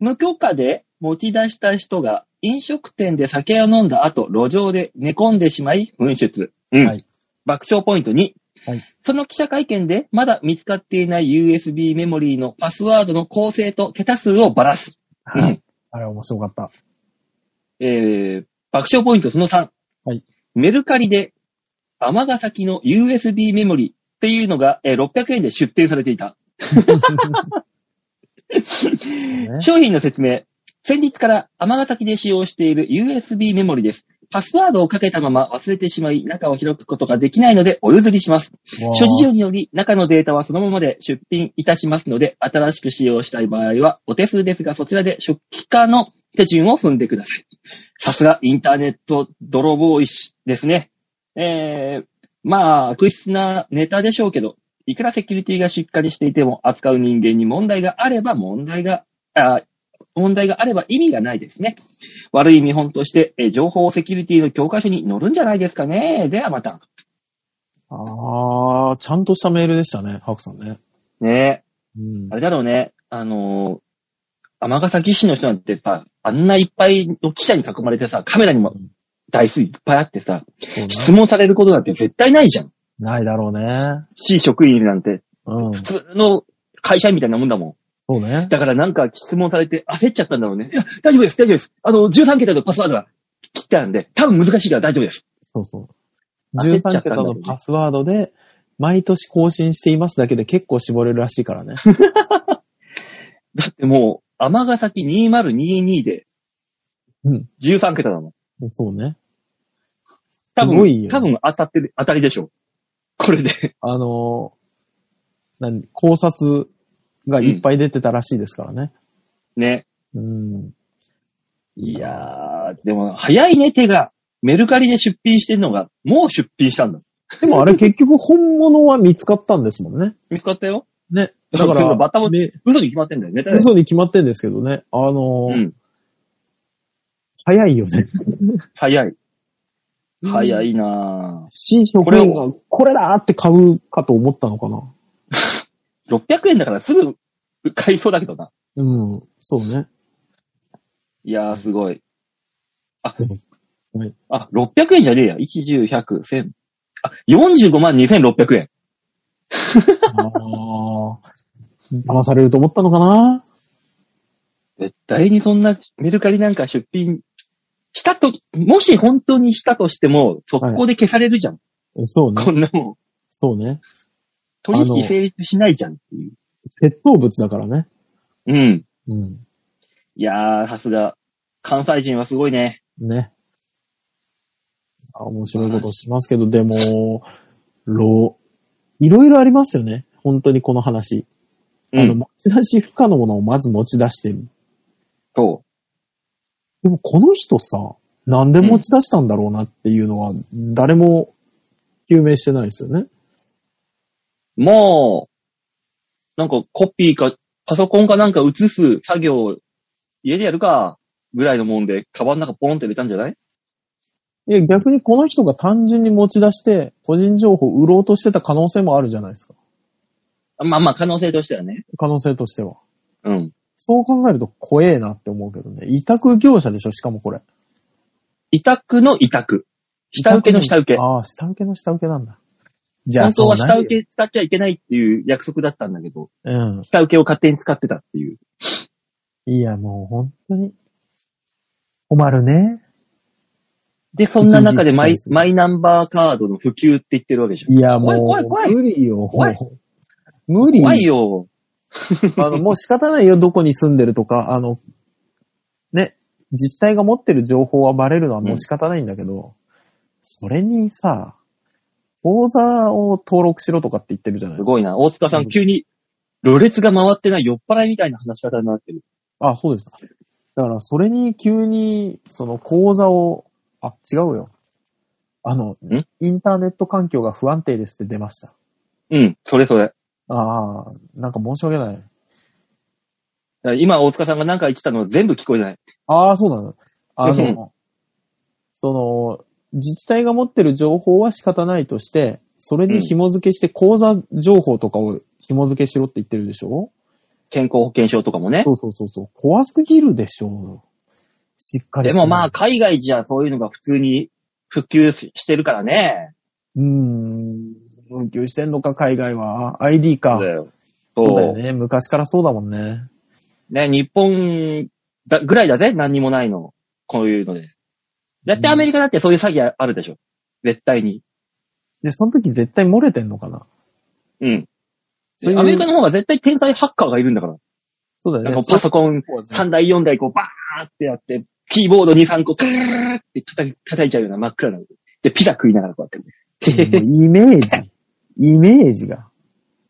無許可で持ち出した人が飲食店で酒を飲んだ後、路上で寝込んでしまい、紛失。うんはい爆笑ポイント2。はいその記者会見で、まだ見つかっていない USB メモリーのパスワードの構成と桁数をばらす。うんはい。あれ面白 [laughs] かった。えー、爆笑ポイントその3。はいメルカリで、天ヶ崎の USB メモリっていうのが、えー600円で出店されていた。商品の説明。先日から天ヶ崎で使用している USB メモリです。パスワードをかけたまま忘れてしまい、中を開くことができないのでお譲りします。諸事情により、中のデータはそのままで出品いたしますので、新しく使用したい場合は、お手数ですが、そちらで初期化の手順を踏んでください。さすが、インターネット泥棒石ですね。えー、まあ、悪質なネタでしょうけど、いくらセキュリティがしっかりしていても、扱う人間に問題があれば問題が、あ問題があれば意味がないですね。悪い見本として、えー情報セキュリティの教科書に載るんじゃないですかね。ではまた。あー、ちゃんとしたメールでしたね、ハクさんね。ねうんあ。れだろうね、あのー、尼崎市の人なんてやっぱ、あんないっぱいの記者に囲まれてさ、カメラにも台数いっぱいあってさ、そうね質問されることなんて絶対ないじゃん。ないだろうね。市職員なんて、うん。普通の会社員みたいなもんだもそうねん。。だからなんか質問されて焦っちゃったんだろうね。いや、大丈夫です、大丈夫です。あの、13桁のパスワードは切ってあるんで、多分難しいから大丈夫です。そうそう。焦っちゃったんだ13桁ろうねのパスワードで、毎年更新していますだけで結構絞れるらしいから [laughs] ね。だってもう、尼崎2022でうん。 13桁だもん。そうね。多すご分、いよ多分当たってる、当たりでしょ。これで。あの、何、考察がいっぱい出てたらしいですからね。ね。うん。いやー、でも、早いね、手が。メルカリで出品してんのが、もう出品したんだ。でもあれ結局本物は見つかったんですもんね。見つかったよ。ね。だかだからら、バタモね嘘に決まってんだよね。ネタだよ嘘に決まってんですけどね。あの、うん。早いよね。早い。早いな C 職員がこれだーって買うかと思ったのかな。ぁ。600円だからすぐ買いそうだけどな。うん、そうね。いやー、すごい。あはい、あ、600円じゃねえや。1、10、100、1000。あ、45万2600円。ああ。 [laughs] 騙されると思ったのかな絶対にそんなメルカリなんか出品したと、もし本当にしたとしても、速攻で消されるじゃん。そうねこ。んなもん。そうね。取引成立しないじゃんっていう。窃盗物だからね。うん。うん。いやー、さすが。関西人はすごいね。ね。あ面白いことしますけど、でも、ろ、いろいろありますよね。本当にこの話。うあの、ん。持ち出し不可のものをまず持ち出してる。そでもこの人さ、なんで持ち出したんだろうなっていうのは、誰も究明してないですよね。う。もう、なんかコピーか、パソコンかなんか映す作業を家でやるか、ぐらいのもんで、カバンの中ポンって入れたんじゃないいや、逆にこの人が単純に持ち出して、個人情報を売ろうとしてた可能性もあるじゃないですか。あまあまあ、可能性としてはね。可能性としては。うん。そう考えると怖えなって思うけどね。委託業者でしょしかもこれ。委託の委託。下請けの下請け。ああ、下請けの下請けなんだ。じ本当は下け。請け使っちゃいけないっていう約束だったんだけど、うん。下請けを勝手に使ってたっていう。いや、もう本当に。困るね。で、そんな中でマうんイそうですねマイナンバーカードの普及って言ってるわけじゃん。いや、もう。怖い怖い怖い無理よ。怖い無理怖いよ。あの、もう仕方ないよ、どこに住んでるとか、あの、ね、自治体が持ってる情報はバレるのはもう仕方ないんだけど、それにさ、口座を登録しろとかって言ってるじゃなすいですか。ごいな。大塚さん、急に、ろれつが回ってない酔っ払いみたいな話し方になってる。あ、そうですか。だから、それに急に、その口座を、あ、違うよ。あのん、インターネット環境が不安定ですって出ました。うん、それそれ。ああ、なんか申し訳ない。だから今、大塚さんが何か言ってたの全部聞こえない。ああ、そうなの。あうんの、その、自治体が持ってる情報は仕方ないとして、それに紐付けして口座情報とかを紐付けしろって言ってるでしょ、健康保険証とかもね。そうそうそうそう。怖すぎるでしょしっかりでしないもまあ、、海外じゃそういうのが普通に普及ししてるからね。うーん、運休してんのか、海外は。ID か。だよ。そそううだよね。昔からそうだもんね。ね、日本だぐらいだぜ、何にもないの。こういうので。だってアメリカだってそういう詐欺あるでしょ。絶対に。で、その時絶対漏れてんのかな。うん。そういうアメリカの方が絶対天才ハッカーがいるんだから。そうだなんよかね。パソコンそうだよね3台4台こうバーってやって、キーボード2、3個ガーって叩き叩いちゃうような真っ暗な。で、ピザ食いながらこうやってうんね。もうイメージ。イメージが。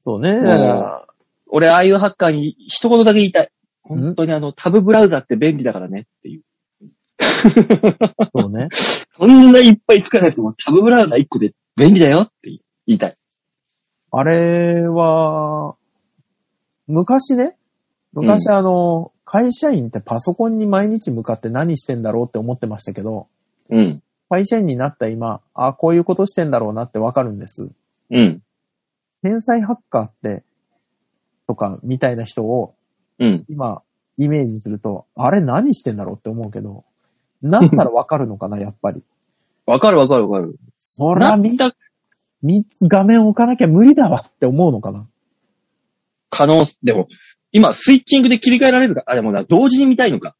そ [laughs] うね。だから、俺、ああいうハッカーに一言だけ言いたい。本当にあの、タブブラウザって便利だからねっていう。 [laughs] そうね。そんないっぱい使わなくてもタブブラウザ1個で便利だよって言いたい。あれは、昔ね、昔あの、会社員ってパソコンに毎日向かって何してんだろうって思ってましたけど、うん。会社員になった今、あこういうことしてんだろうなってわかるんです。うん。天才ハッカーって、とか、みたいな人を、うん。今、イメージすると、あれ何してんだろうって思うけど、なったらわかるのか [laughs] な、やっぱり。わかるわかるわかる。そなら、んみ、だみ、画面置かなきゃ無理だわって思うのかな。可能、でも、今、スイッチングで切り替えられるか。あ、でもな、同時に見たいのか。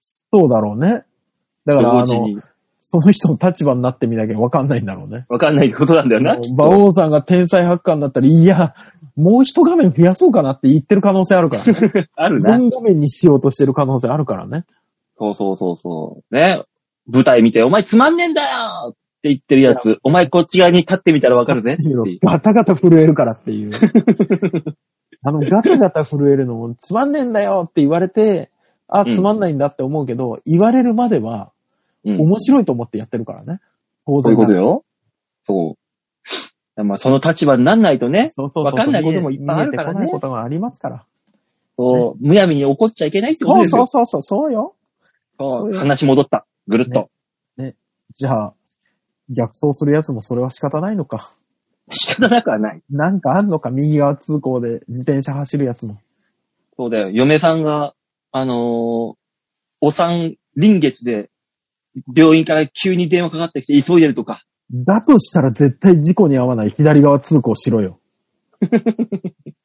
そうだろうね。だから、同あ時の、に。その人の立場になってみなきゃわかんないんだろうね。わかんないってことなんだよな。きっ馬と王さんが天才ハッカーになったら、いや、もう一画面増やそうかなって言ってる可能性あ [laughs] るから、ね。あるな。 4画面にしようとしてる可能性あるからね。そうそうそうそう。ね。舞台見て、お前つまんねえんだよっって言ってるやつ、お前こっち側に立ってみたらわかるぜって [laughs] いう。ガタガタ震えるからって [laughs] いう。あの、ガタガタ震えるのも、つまんねえんだよって言われて、あ、うんつまんないんだって思うけど、言われるまでは、うん面白いと思ってやってるからね。当そうい然うことよ。そう。まあ、その立場になんないとね、そうそうそうわかんないこともいっぱいあるからね見えてこないことがありますから。こう、むやみに怒っちゃいけないってこそとうですそうよ。そうそう、そうよ。そそううよ話戻った。ぐるっと。じゃあ、逆走するやつもそれは仕方ないのか。仕方なくはない。なんかあんのか、右側通行で自転車走るやつも。そうだよ。嫁さんが、あのーお産臨月で、病院から急に電話かかってきて急いでるとか。だとしたら絶対事故に合わない左側通行し [laughs] ろよ。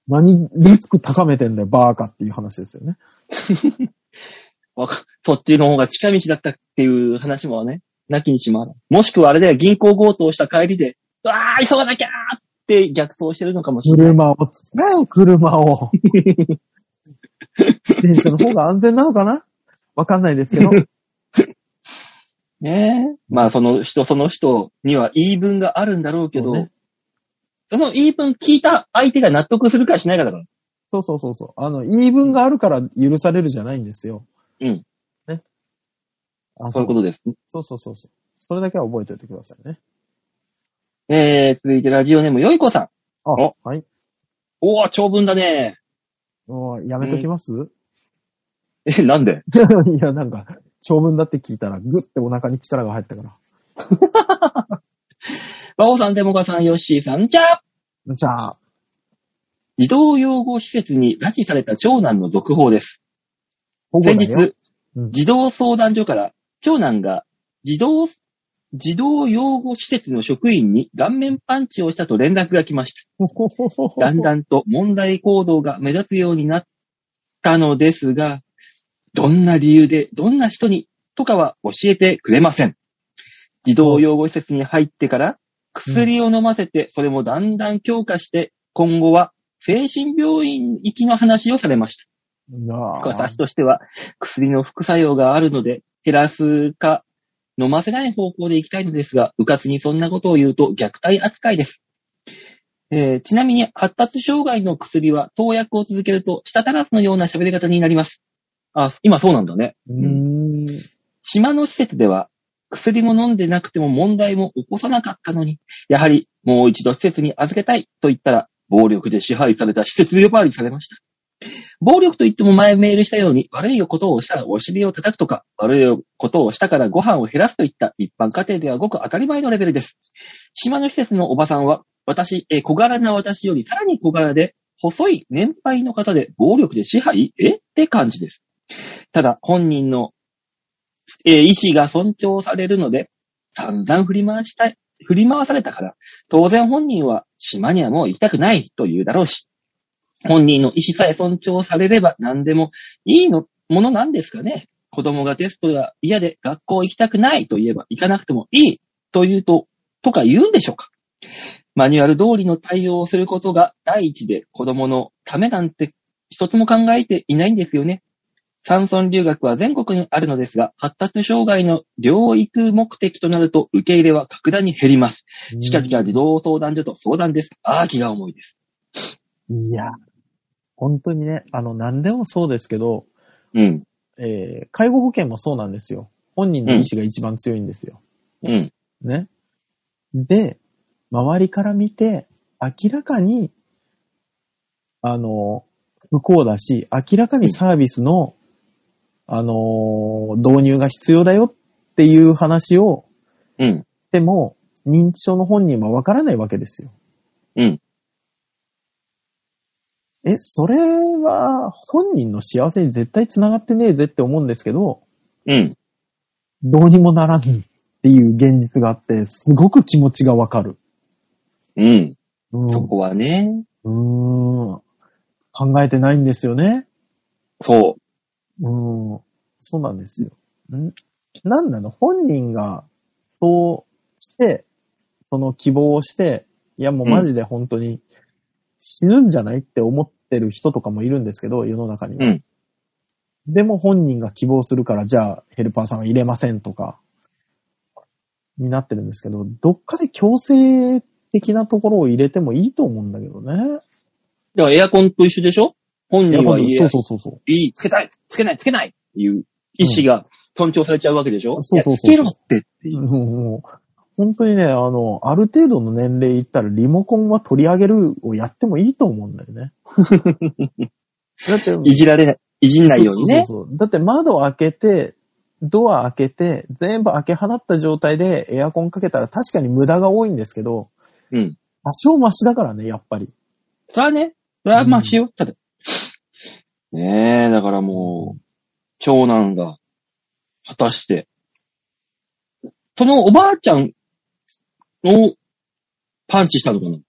何リスク高めてんだよ、バーカっていう話ですよね。わかそっちの方が近道だったっていう話もね、なきにしもあらん。もしくはあれだよ、銀行強盗をした帰りで、うわー、急がなきゃーって逆走してるのかもしれない。車を使え、車を。自転車の方が安全なのかなわかんないです [laughs] けど。ねえ。まあ、その人その人には言い分があるんだろうけど、そそ,、うねの言い分聞いた相手が納得するかしないかだから。そうそうそうそう。あの、言い分があるから許されるじゃないんですよ。うん。ね。あそういうことです。そうそうそうそう。それだけは覚えておいてくださいね。えー、続いてラジオネーム、よいこさん。あ、おはい。おー、長文だね。もうやめときます、 [laughs] え、なんで [laughs] いや、なんか、長文だって聞いたら、ぐってお腹に力が入ったから。バオさん、デモカさん、ヨッシーさん、じゃあじゃあ、児童養護施設に拉致された長男の続報です。保護だ先よ日、うん [laughs] 児童相談所から、長男が児童、児童養護施設の職員に顔面パンチをしたと連絡が来ました。だんだんと問題行動が目立つようになったのですが、どんな理由で、どんな人に、とかは教えてくれません。児童養護施設に入ってから、薬を飲ませて、それもだんだん強化して、今後は精神病院行きの話をされました。なあ私としては、薬の副作用があるので、減らすか、飲ませない方向で行きたいのですが、うかつにそんなことを言うと虐待扱いです。えーちなみに、発達障害の薬は、投薬を続けると、舌足らずのような喋り方になります。あ、今そうなんだね。うーん。島の施設では、薬も飲んでなくても問題も起こさなかったのに、やはりもう一度施設に預けたいと言ったら、暴力で支配された施設呼ばわりされました。暴力と言っても前メールしたように、悪いことをしたらお尻を叩くとか、悪いことをしたからご飯を減らすといった一般家庭ではごく当たり前のレベルです。島の施設のおばさんは、私、えー小柄な私よりさらに小柄で、細い年配の方で暴力で支配えって感じです。ただ、本人のえー意思が尊重されるので、散々振り回したい、振り回されたから、当然本人は島にはもう行きたくないと言うだろうし、本人の意思さえ尊重されれば何でもいいの、ものなんですかね。子供がテストが嫌で学校行きたくないと言えば行かなくてもいいと言うと、とか言うんでしょうかマニュアル通りの対応をすることが第一で子供のためなんて一つも考えていないんですよね。山村留学は全国にあるのですが、発達障害の療育目的となると受け入れは格段に減ります。近々児童相談所と相談です。ああ、気が重いです。いや、本当にね、あの、何でもそうですけど、うん。えー介護保険もそうなんですよ。本人の意思が一番強いんですよ。うん。ね。で、周りから見て、明らかに、あの、不幸だし、明らかにサービスの、あのー、導入が必要だよっていう話をうん。しても、認知症の本人はわからないわけですよ。うん。え、それは本人の幸せに絶対繋がってねえぜって思うんですけど、うん。どうにもならんっていう現実があって、すごく気持ちがわかる。うん。うんそこはね、うーん。考えてないんですよね。そうーん。そうなんですよ。んなんなの本人が、そうして、その希望をして、いやもうマジで本当に死ぬんじゃないって思ってる人とかもいるんですけど、世の中にう。うは。ん。でも本人が希望するから、じゃあヘルパーさんは入れませんとか。になってるんですけど、どっかで強制的なところを入れてもいいと思うんだけどね。だからエアコンと一緒でしょ本人は家そうそうそうそう。いい、つけたい、つけない、つけないっていう意思が尊重されちゃうわけでしょ、そうそうそういやつけろってっていう。もう本当にね、あの、ある程度の年齢いったらリモコンは取り上げるをやってもいいと思うんだ [laughs] よね。だって、いじられない、いじんないようにね。そうそうそうだって窓を開けて、ドア開けて、全部開け放った状態でエアコンかけたら確かに無駄が多いんですけど、うん。多少マシだからね、やっぱり。それはね、それはまあしよう。ただ。ねえ、だからもう、長男が、果たして、そのおばあちゃんをパンチしたのかなあ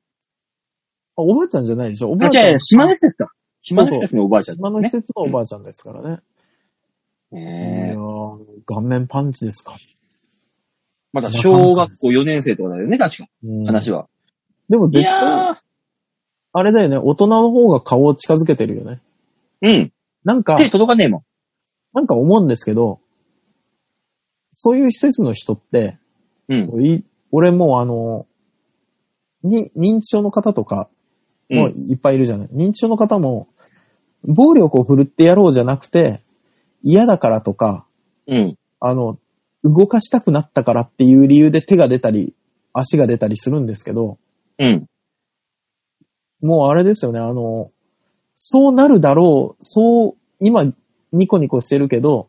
おばあちゃんじゃないでしょおばあ、あち違うゃ違んう、。島根施設か。島根施設のおばあちゃん、ね。島の施設のおばあちゃんですからね。いねやえ。ー顔面パンチですか。まだ小学校4年生とかだよね、確か。うん話は。でもい絶対、やー、あれだよね、大人の方が顔を近づけてるよね。うん。なんか、手届かねえもん。なんか思うんですけど、そういう施設の人って、うん。い俺もうあの、に、認知症の方とかもうん、いっぱいいるじゃない。認知症の方も、暴力を振るってやろうじゃなくて、嫌だからとか、うん。あの、動かしたくなったからっていう理由で手が出たり、足が出たりするんですけど、うん。もうあれですよね、あの、そうなるだろう、そう、今、ニコニコしてるけど、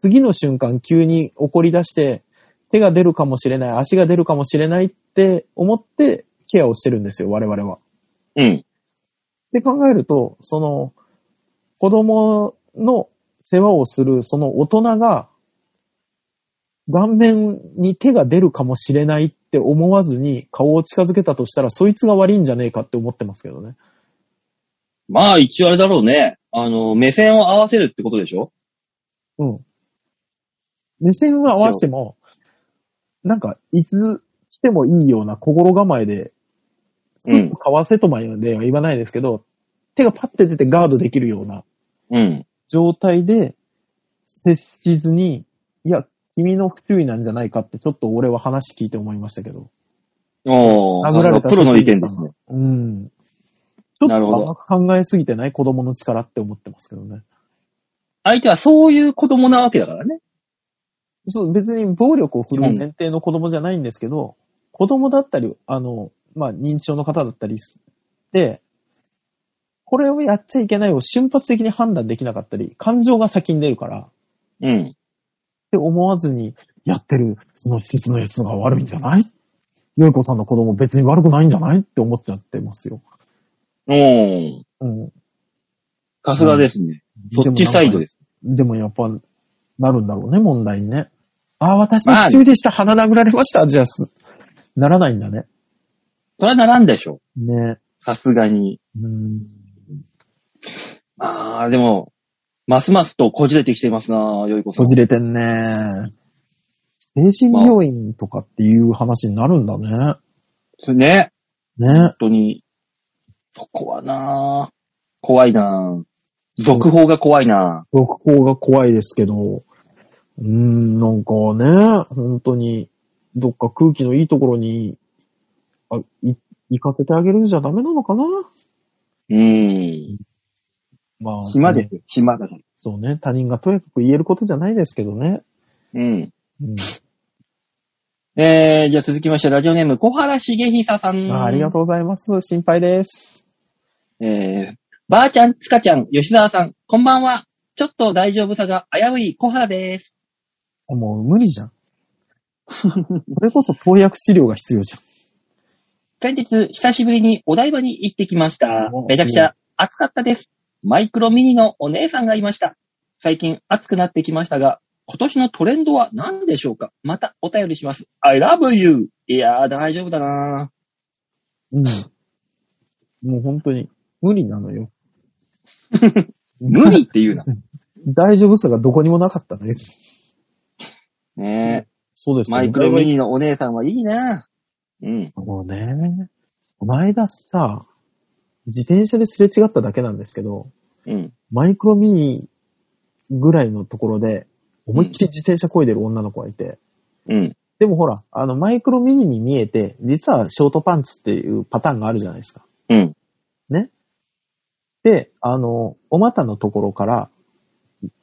次の瞬間急に怒り出して、手が出るかもしれない、足が出るかもしれないって思ってケアをしてるんですよ、我々は。うん。で考えると、その、子供の世話をする、その大人が、顔面に手が出るかもしれないって思わずに顔を近づけたとしたら、そいつが悪いんじゃねえかって思ってますけどね。まあ、一応あれだろうね。あの、目線を合わせるってことでしょうん。目線は合わせても、なんか、いつ来てもいいような心構えで、うんすぐ買わせとまでは言わないですけど、手がパッて出てガードできるようなうん。状態で接しずに、いや、君の不注意なんじゃないかって、ちょっと俺は話聞いて思いましたけど。おー、あ殴られのたプロの意見ですね。うん。ちょっなるほとど甘く考えすぎてない子供の力って思ってますけどね。相手はそういう子供なわけだからね。そう、別に暴力を振るう前提の子供じゃないんですけど、子供だったり、あの、まあ、認知症の方だったりして、これをやっちゃいけないを瞬発的に判断できなかったり、感情が先に出るから、っうん。て思わずにやってる、その施設のやつが悪いんじゃないよいこさんの子供別に悪くないんじゃないって思っちゃってますよ。おー、うん。さすがですね。そっちサイドですす。。でもやっぱ、なるんだろうね、問題にね。ああ、私の不注意でした。鼻殴られました。じゃあす、ならないんだね。それはならんでしょ。ねさすがに。うん。あー、でも、ますますとこじれてきていますな、よいこさん。こじれてんね。精神病院とかっていう話になるんだね。ね。ね。本当に、そこはな怖いな続報が怖いな続報が怖いですけど、うーん、なんかね、本当に、どっか空気のいいところに、あ、い、行かせてあげるんじゃダメなのかなうん。まあ。暇ですよ、暇だから。そうね。他人がとにかく言えることじゃないですけどね。うん。うん。えー、じゃあ続きまして、ラジオネーム、小原茂久さん。あありがとうございます。心配です。う。えー、ばあちゃん、つかちゃん、吉沢さん、こんばんは。ちょっと大丈夫さが危うい小原です。あもう無理じゃん。 [laughs] これこそ投薬治療が必要じゃん。先日、久しぶりにお台場に行ってきましたお。めちゃくちゃ暑かったです。マイクロミニのお姉さんがいました。最近暑くなってきましたが、今年のトレンドは何でしょうかまたお便りします。I love you! いやー、大丈夫だなうん。もう本当に、無理なのよ。 [laughs] 無理って言うな。大丈夫さがどこにもなかったね。 [laughs] ねそうでえ、すマイクロミニのお姉さんはいいなうん。もうね、この間さ、自転車ですれ違っただけなんですけど、うん。マイクロミニぐらいのところで、思いっきり自転車漕いでる女の子がいて、うん。でもほら、あの、マイクロミニに見えて、実はショートパンツっていうパターンがあるじゃないですか。うん。で、あの、お股のところから、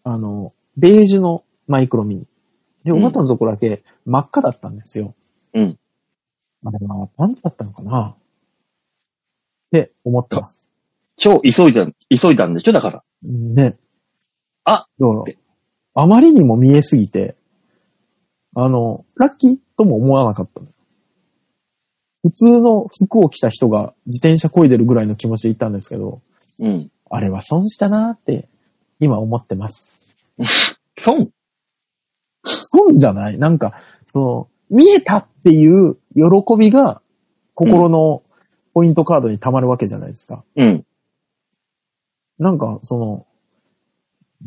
あの、ベージュのマイクロミニ。で、お股のところだけ真っ赤だったんですよ。うん。あれはパンツだったのかなって思ってます。超急いだ、急いだんでしょだから。ね。あだから、あまりにも見えすぎて、あの、ラッキーとも思わなかったの普通の服を着た人が自転車漕いでるぐらいの気持ちで行ったんですけど、うん。あれは損したなーって、今思ってます。損損じゃないなんか、その、見えたっていう喜びが、心のポイントカードに溜まるわけじゃないですか。うん。なんか、その、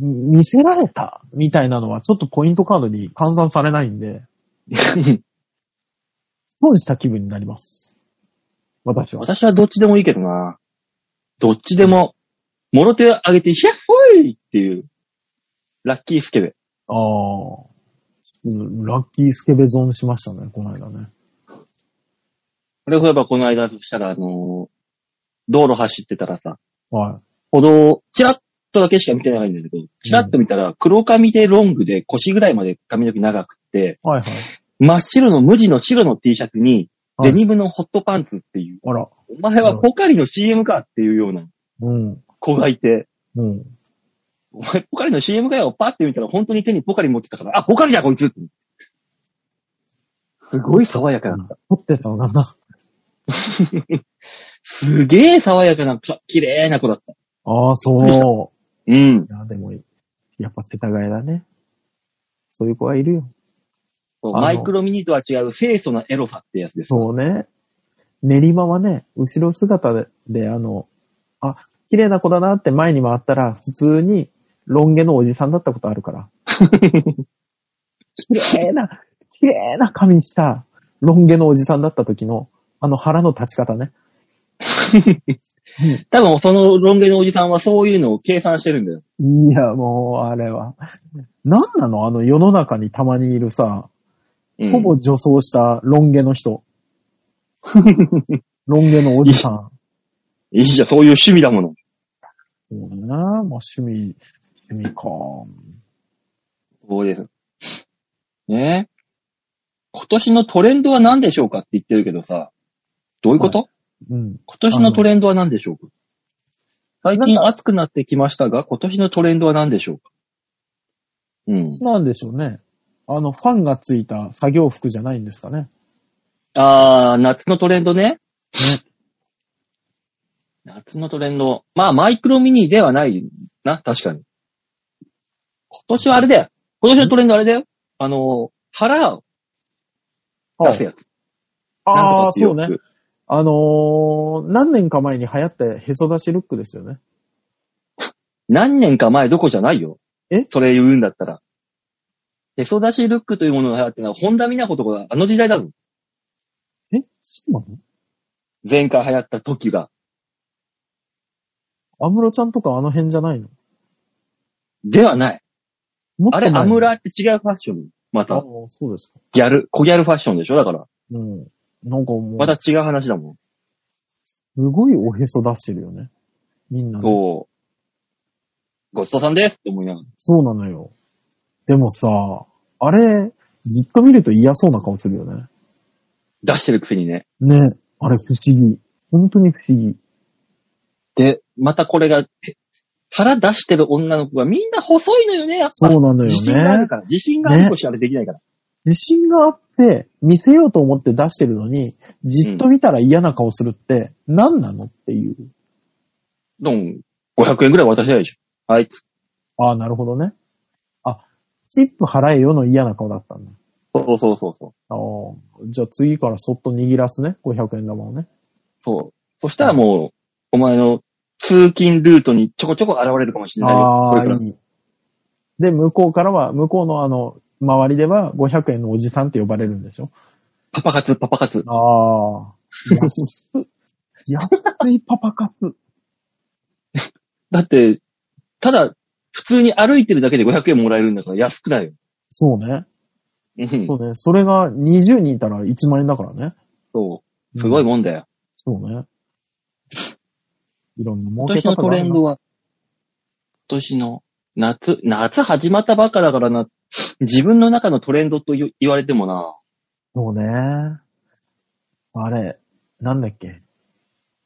み見せられたみたいなのは、ちょっとポイントカードに換算されないんで、損した気分になります。私は。 [laughs] 私はどっちでもいいけどな。どっちでも、もろ手を上げて、ひゃっほいっていう、ラッキースケベ。ああ。うんラッキースケベ損しましたね、この間ね。これをやっぱこの間したら、あのー道路走ってたらさ、は歩道をチラッとだけしか見てないんだけど、チラッと見たら黒髪でロングで腰ぐらいまで髪の毛長くて、い。はいはい。真っ白の無地の白の T シャツに、はいデニムのホットパンツっていう、あら。お前はポカリの CM かっていうようなうん。子がいて、うん。お前ポカリの CM かよ、パって見たら本当に手にポカリ持ってたから、あ、ポカリだこいつってすごい爽やかな。取ってたのかな。すげえ爽やかな、か綺麗な子だった。ああ、そうん。う。いや、でも、やっぱ世田谷だね。そういう子がいるよ。そうあのマイクロミニとは違う清楚なエロさってやつです。そうね。練馬はね、後ろ姿で、であの、あ、綺麗な子だなって前に回ったら、普通にロン毛のおじさんだったことあるから。綺麗な、綺麗な髪したロン毛のおじさんだった時の、あの腹の立ち方ね。多分そのロン毛のおじさんはそういうのを計算してるんだよ。いや、もう、あれは。なんなのあの世の中にたまにいるさ、うんほぼ女装したロン毛 [laughs] の人。ロン毛のおじさん。いいじゃん、そういう趣味だもの。そうだな。まあ、趣味、趣味か。そうです。ねえ。今年のトレンドは何でしょうかって言ってるけどさ、どういうこと、うん。今年のトレンドは何でしょうか最近暑くなってきましたが、今年のトレンドは何でしょうかうん。なんでしょうね。あの、ファンがついた作業服じゃないんですかね。あー、夏のトレンドね。夏のトレンド。まあ、マイクロミニではないな、確かに。今年はあれだよ。今年のトレンドあれだよ。あの、腹を出せやつ。あなんあ、とかっていそうやつね。。あのー、何年か前に流行ったへそ出しルックですよね。何年か前どこじゃないよ。えそれ言うんだったら。へそ出しルックというものが流行ってるのは、本田美奈子とかがあの時代だぞ。えそうなの前回流行った時が。アムロちゃんとかあの辺じゃないのではない。もっとあれ、アムラあって違うファッション。まあた、ー、そうですか。ギャル、小ギャルファッションでしょだから。うん。なんかもまたう、違う話だもん。すごいおへそ出してるよね。みんなね、そう。ごちそうさんですって思いながら。そうなのよ。でもさ、あれ、じっと見ると嫌そうな顔するよね。出してるくせにね。ね。あれ不思議。本当に不思議。で、またこれが、へ腹出してる女の子がみんな細いのよね、やっぱ。そうなのよ自信があねる。から。自信がある子しかあれできないから。自信があって、見せようと思って出してるのに、じっと見たら嫌な顔するって、何なのっていう。どん、500円ぐらい渡したいでしょ。はい。ああ、なるほどね。あ、チップ払えよの嫌な顔だったんだ。そうそうそうそう。ああ、じゃあ次からそっと握らすね。500円玉をね。そう。そしたらもう、お前の通勤ルートにちょこちょこ現れるかもしれないよ。こあれあ、からいい。で、向こうからは、向こうのあの、周りでは500円のおじさんって呼ばれるんでしょパパ活、パパ活。ああ。安っ。安いパパ活。だって、ただ、普通に歩いてるだけで500円もらえるんだから安くないよ。そうね。うんそうね。それが20人いたら1万円だからね。そう。すごいうんもんだよ。そうね。いろんな儲今け年の方トがあレるンなドは、今年の夏、夏始まったばっかだからな、自分の中のトレンドと言言われてもな、そうね。あれ、なんだっけ。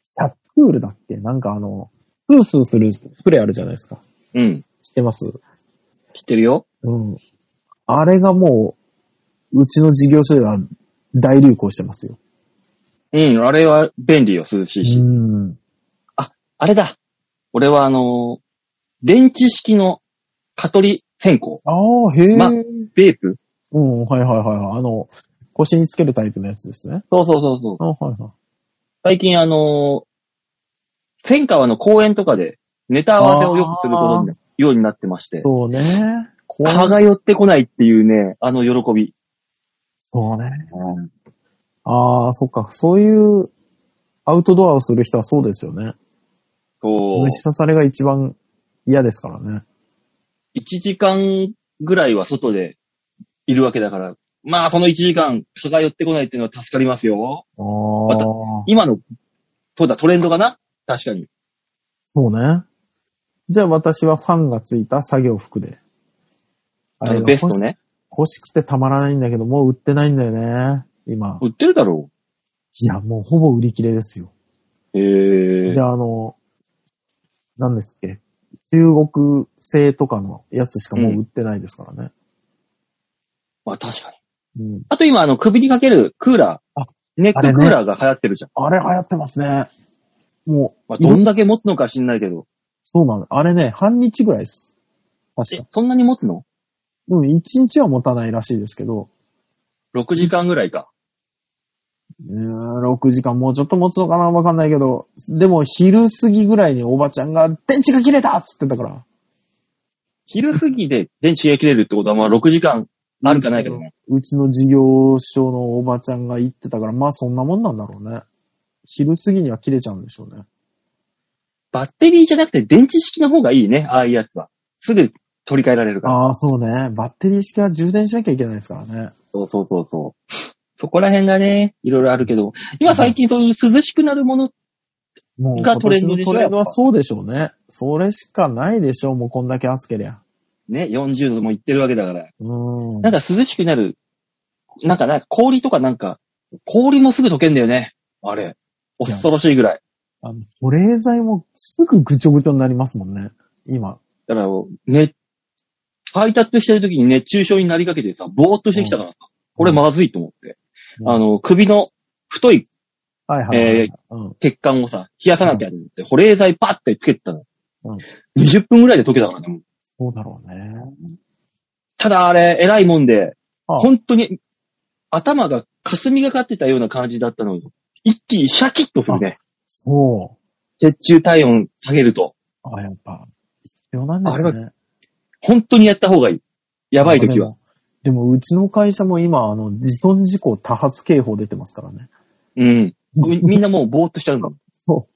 シャックールだっけなんかあの、スースーするスプレーあるじゃないですか。うん、知ってます知ってるよ。うん。あれがもう、うちの事業所では大流行してますよ。うん、あれは便利よ、涼しいし。うん。あれだ俺はあのー電池式の蚊取り線香、ああ、へえ。まベープうん、はいはいはいはい。あの、腰につけるタイプのやつですね。そうそうそうそう。あはいはい。最近あのー、千川の公園とかでネタ合わせをよくすることになようになってまして、そうね。こ蚊が寄ってこないっていうね、あの喜び。そうね。ああ、そっか。そういうアウトドアをする人はそうですよね。そう。虫刺されが一番嫌ですからね。 1時間ぐらいは外でいるわけだから、まあその1時間、蚊が寄ってこないっていうのは助かりますよ。ああ、また今の、そうだ、トレンドかな確かに。そうね。じゃあ私はファンがついた作業服で。あの、ベスト欲しね。欲しくてたまらないんだけど、もう売ってないんだよね。今。売ってるだろいや、もうほぼ売り切れですよ。う。へえで、。あの、何ですっけ。中国製とかのやつしかもう売ってないですからね。まあ確かに。うんあと今、あの、首にかけるクーラー。あネックあれねクーラーが流行ってるじゃん。あれ流行ってますね。もう、まあ、どんだけ持つのか知んないけど。そうなの。あれね、半日ぐらいです。確えか。、そんなに持つのうん、一日は持たないらしいですけど、 ?6 時間ぐらいか。うーん、6時間もうちょっと持つのかなわかんないけど、でも昼過ぎぐらいにおばちゃんが、電池が切れたっつってたから。昼過ぎで電池が切れるってことは、まあ6時間あるかないかだね。うちの事業所のおばちゃんが言ってたから、まあそんなもんなんだろうね。昼過ぎには切れちゃうんでしょうね。バッテリーじゃなくて電池式の方がいいね、ああいうやつは。すぐ取り替えられるから。ああ、そうね。バッテリー式は充電しなきゃいけないですからね。そうそうそうそう。そこら辺がね、いろいろあるけど、今最近そういう涼しくなるもの、もうがトレンド今年でしのょトレンドはそうでしょうね。それしかないでしょう、もうこんだけ暑けりゃ。ね、40度もいってるわけだから、うーん。なんか涼しくなる、なんかな、氷とかなんか、氷もすぐ溶けんだよね。あれ。恐ろしいぐらい。あの、保冷剤もすぐぐちょぐちょになりますもんね。今。だから、ね、ハイタッチしてる時に熱中症になりかけてさ、ぼーっとしてきたからさ、これまずいと思って。うんあの、首の太いはいはいはいはい、え血管をさ、冷やさなきゃと思って、保冷剤パッてつけてたの。うん20分ぐらいで溶けたからね。もうそうだろうね。ただあれ、偉いもんで、ああ本当に頭が霞がかってたような感じだったのに、一気にシャキッとするね。そ血中体温下げると。う。あ、やっぱ、必要なんですあね。本当にやった方がいい。やばい時では。も。でも、うちの会社も今、あの、自損事故多発警報出てますからね。うん。みみんなもうぼーっとしちゃうん [laughs] だもん。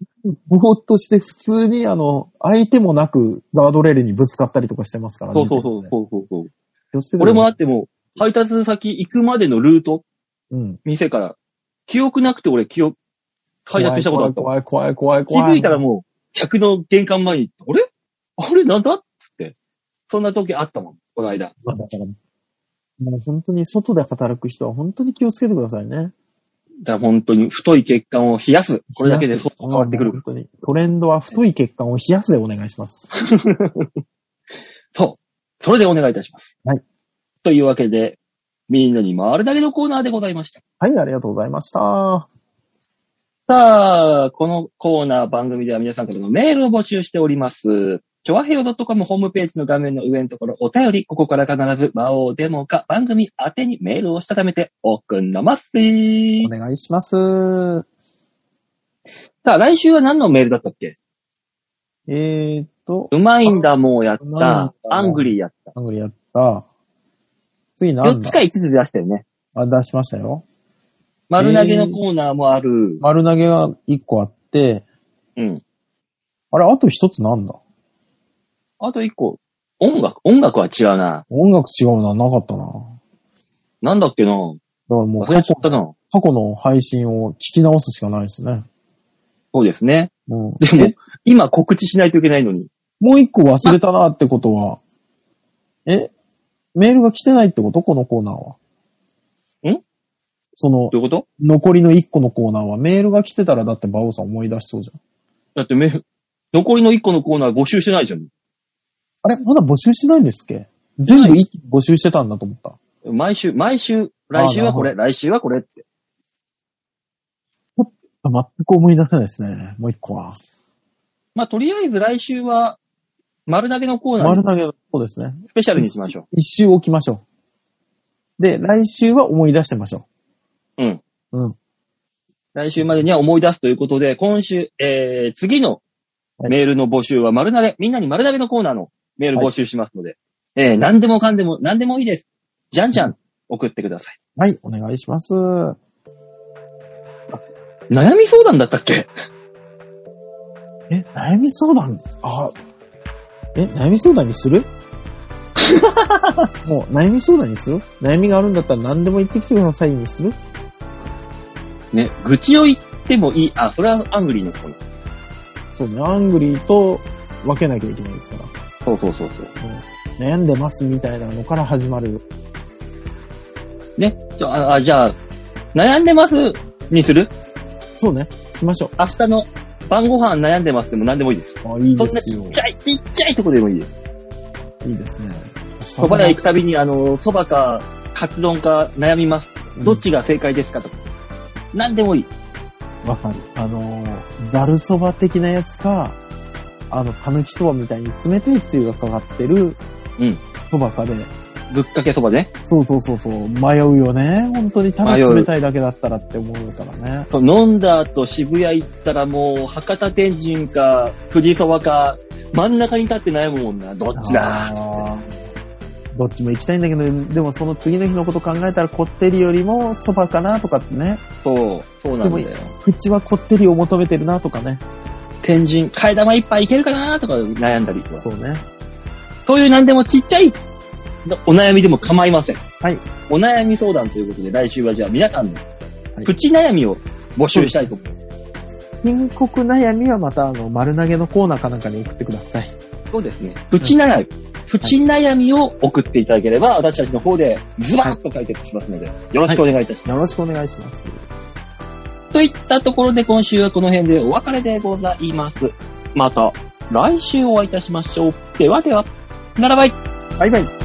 ぼーっとして普通に、あの、相手もなくガードレールにぶつかったりとかしてますからね。そうそうそう。そうそうそう気をつけてくだ俺さいもだってもう、配達先行くまでのルート、うん。店から、記憶なくて俺記憶、配達したことあったもん。怖い怖い怖い気怖い怖い。づいたらもう、客の玄関前に、あれあれなんだっつって。そんな時あったもん、この間。まあだから、もう本当に外で働く人は本当に気をつけてくださいね。だから本当に太い血管を冷やす。これだけでそう変わってくる本。当に。トレンドは太い血管を冷やすでお願いします。そう。それでお願いいたします。はい。というわけで、みんなに回るだけのコーナーでございました。はい、ありがとうございました。さあ、このコーナー番組では皆さんからのメールを募集しております。ちょわへよ .com ホームページの画面の上のところお便り、ここから必ず魔王デモか番組宛てにメールをしたためておくんなまっせーお願いします。えさあ、来週は何のメールだったっけーっと、うまいんだもうやっうまいんただ。もうアングリーやった。ハングリーやった。次な4んつだか5つ出したよね。あ、出しましたよ。丸投げのコーナーもある。丸投げが1個あって、うん。あれ、あと1つなんだあと1個。音楽、音楽は違うな。音楽違うな、なかったな。なんだっけなだからもう忘れ過ちゃ去ったな。過去の配信を聞き直すしかないですね。そうですね。うん。でも、今告知しないといけないのに。もう一個忘れたなってことは、えメールが来てないってことこのコーナーは。んそどの、ういうこと残りの一個のコーナーは、メールが来てたらだって馬王さん思い出しそうじゃん。だってめ、残りの1個のコーナー募集してないじゃん。あれまだ募集してないんですっけ全部一気に募集してたんだと思った。毎週、毎週、来週はこれ、来週はこれって。あ全く思い出せないですね。もう一個は。まあ、とりあえず来週は、丸投げのコーナ丸ー、投げの方ですね。スペシャルにしましょ一周置きましょう。で、来週は思い出してましょう。うん。う。うん。来週までには思い出すということで、今週、えー、次のはいメールの募集は丸投げ、みんなに丸投げのコーナーのメール募集しますので、えー、何でもかんでも、何でもいいです。じゃんじゃん送ってください。はい、お願いします。悩み相談だったっけえ、悩み相談あ、え、悩み相談に [laughs] するもう、悩み相談にする悩みがあるんだったら何でも言ってきてくださいにするね、愚痴を言ってもいい。あ、それはアングリーのコーナー。そうね、アングリーと分けなきゃいけないですから。そうそうそうそう。悩んでますみたいなのから始まる。ね、じゃあ、あじゃあ、悩んでますにするそうね、しましょ明日の晩ご飯悩んでますでも何でもいいです。う。あ、いいそでんなすちよ。っちゃい、ちっちゃいとこでもいいです。いいですね。蕎麦屋行くたびに、あの、蕎麦か、カツ丼か悩みます。どっちが正解ですかとか。何でもいい。わかる。あのー、ざるそば的なやつか、あの、たぬきそばみたいに冷たいつゆがかかってる、うん。そばかで、ぶっかけ蕎麦ね。そうそうそうそう、迷うよね。本当にただ迷う冷たいだけだったらって思うからね。飲んだ後渋谷行ったらもう、博多天神か、富士蕎麦か、真ん中に立って悩むもんな。どっちだあーどっちも行きたいんだけど、でもその次の日のこと考えたらこってりよりもそばかなとかってね、そう、そうなんだよで。口はこってりを求めてるなとかね。天神、替え玉一杯いけるかなとか悩んだりとか。そうね。そういう何でもちっちゃいお悩みでも構いません。はい。お悩み相談ということで、来週はじゃあ皆さんのいプチ悩みを募集したいと思います。深刻悩みはまたあの、丸投げのコーナーかなんかに送ってください。そうですね。プチ悩み。プチ悩みを送っていただければ、私たちの方でズバッと解決しますので、よろしくお願いいたします。よろしくお願いします。といったところで今週はこの辺でお別れでございます。また来週お会いいたしましょう。ではでは、ならばい。バイバイ。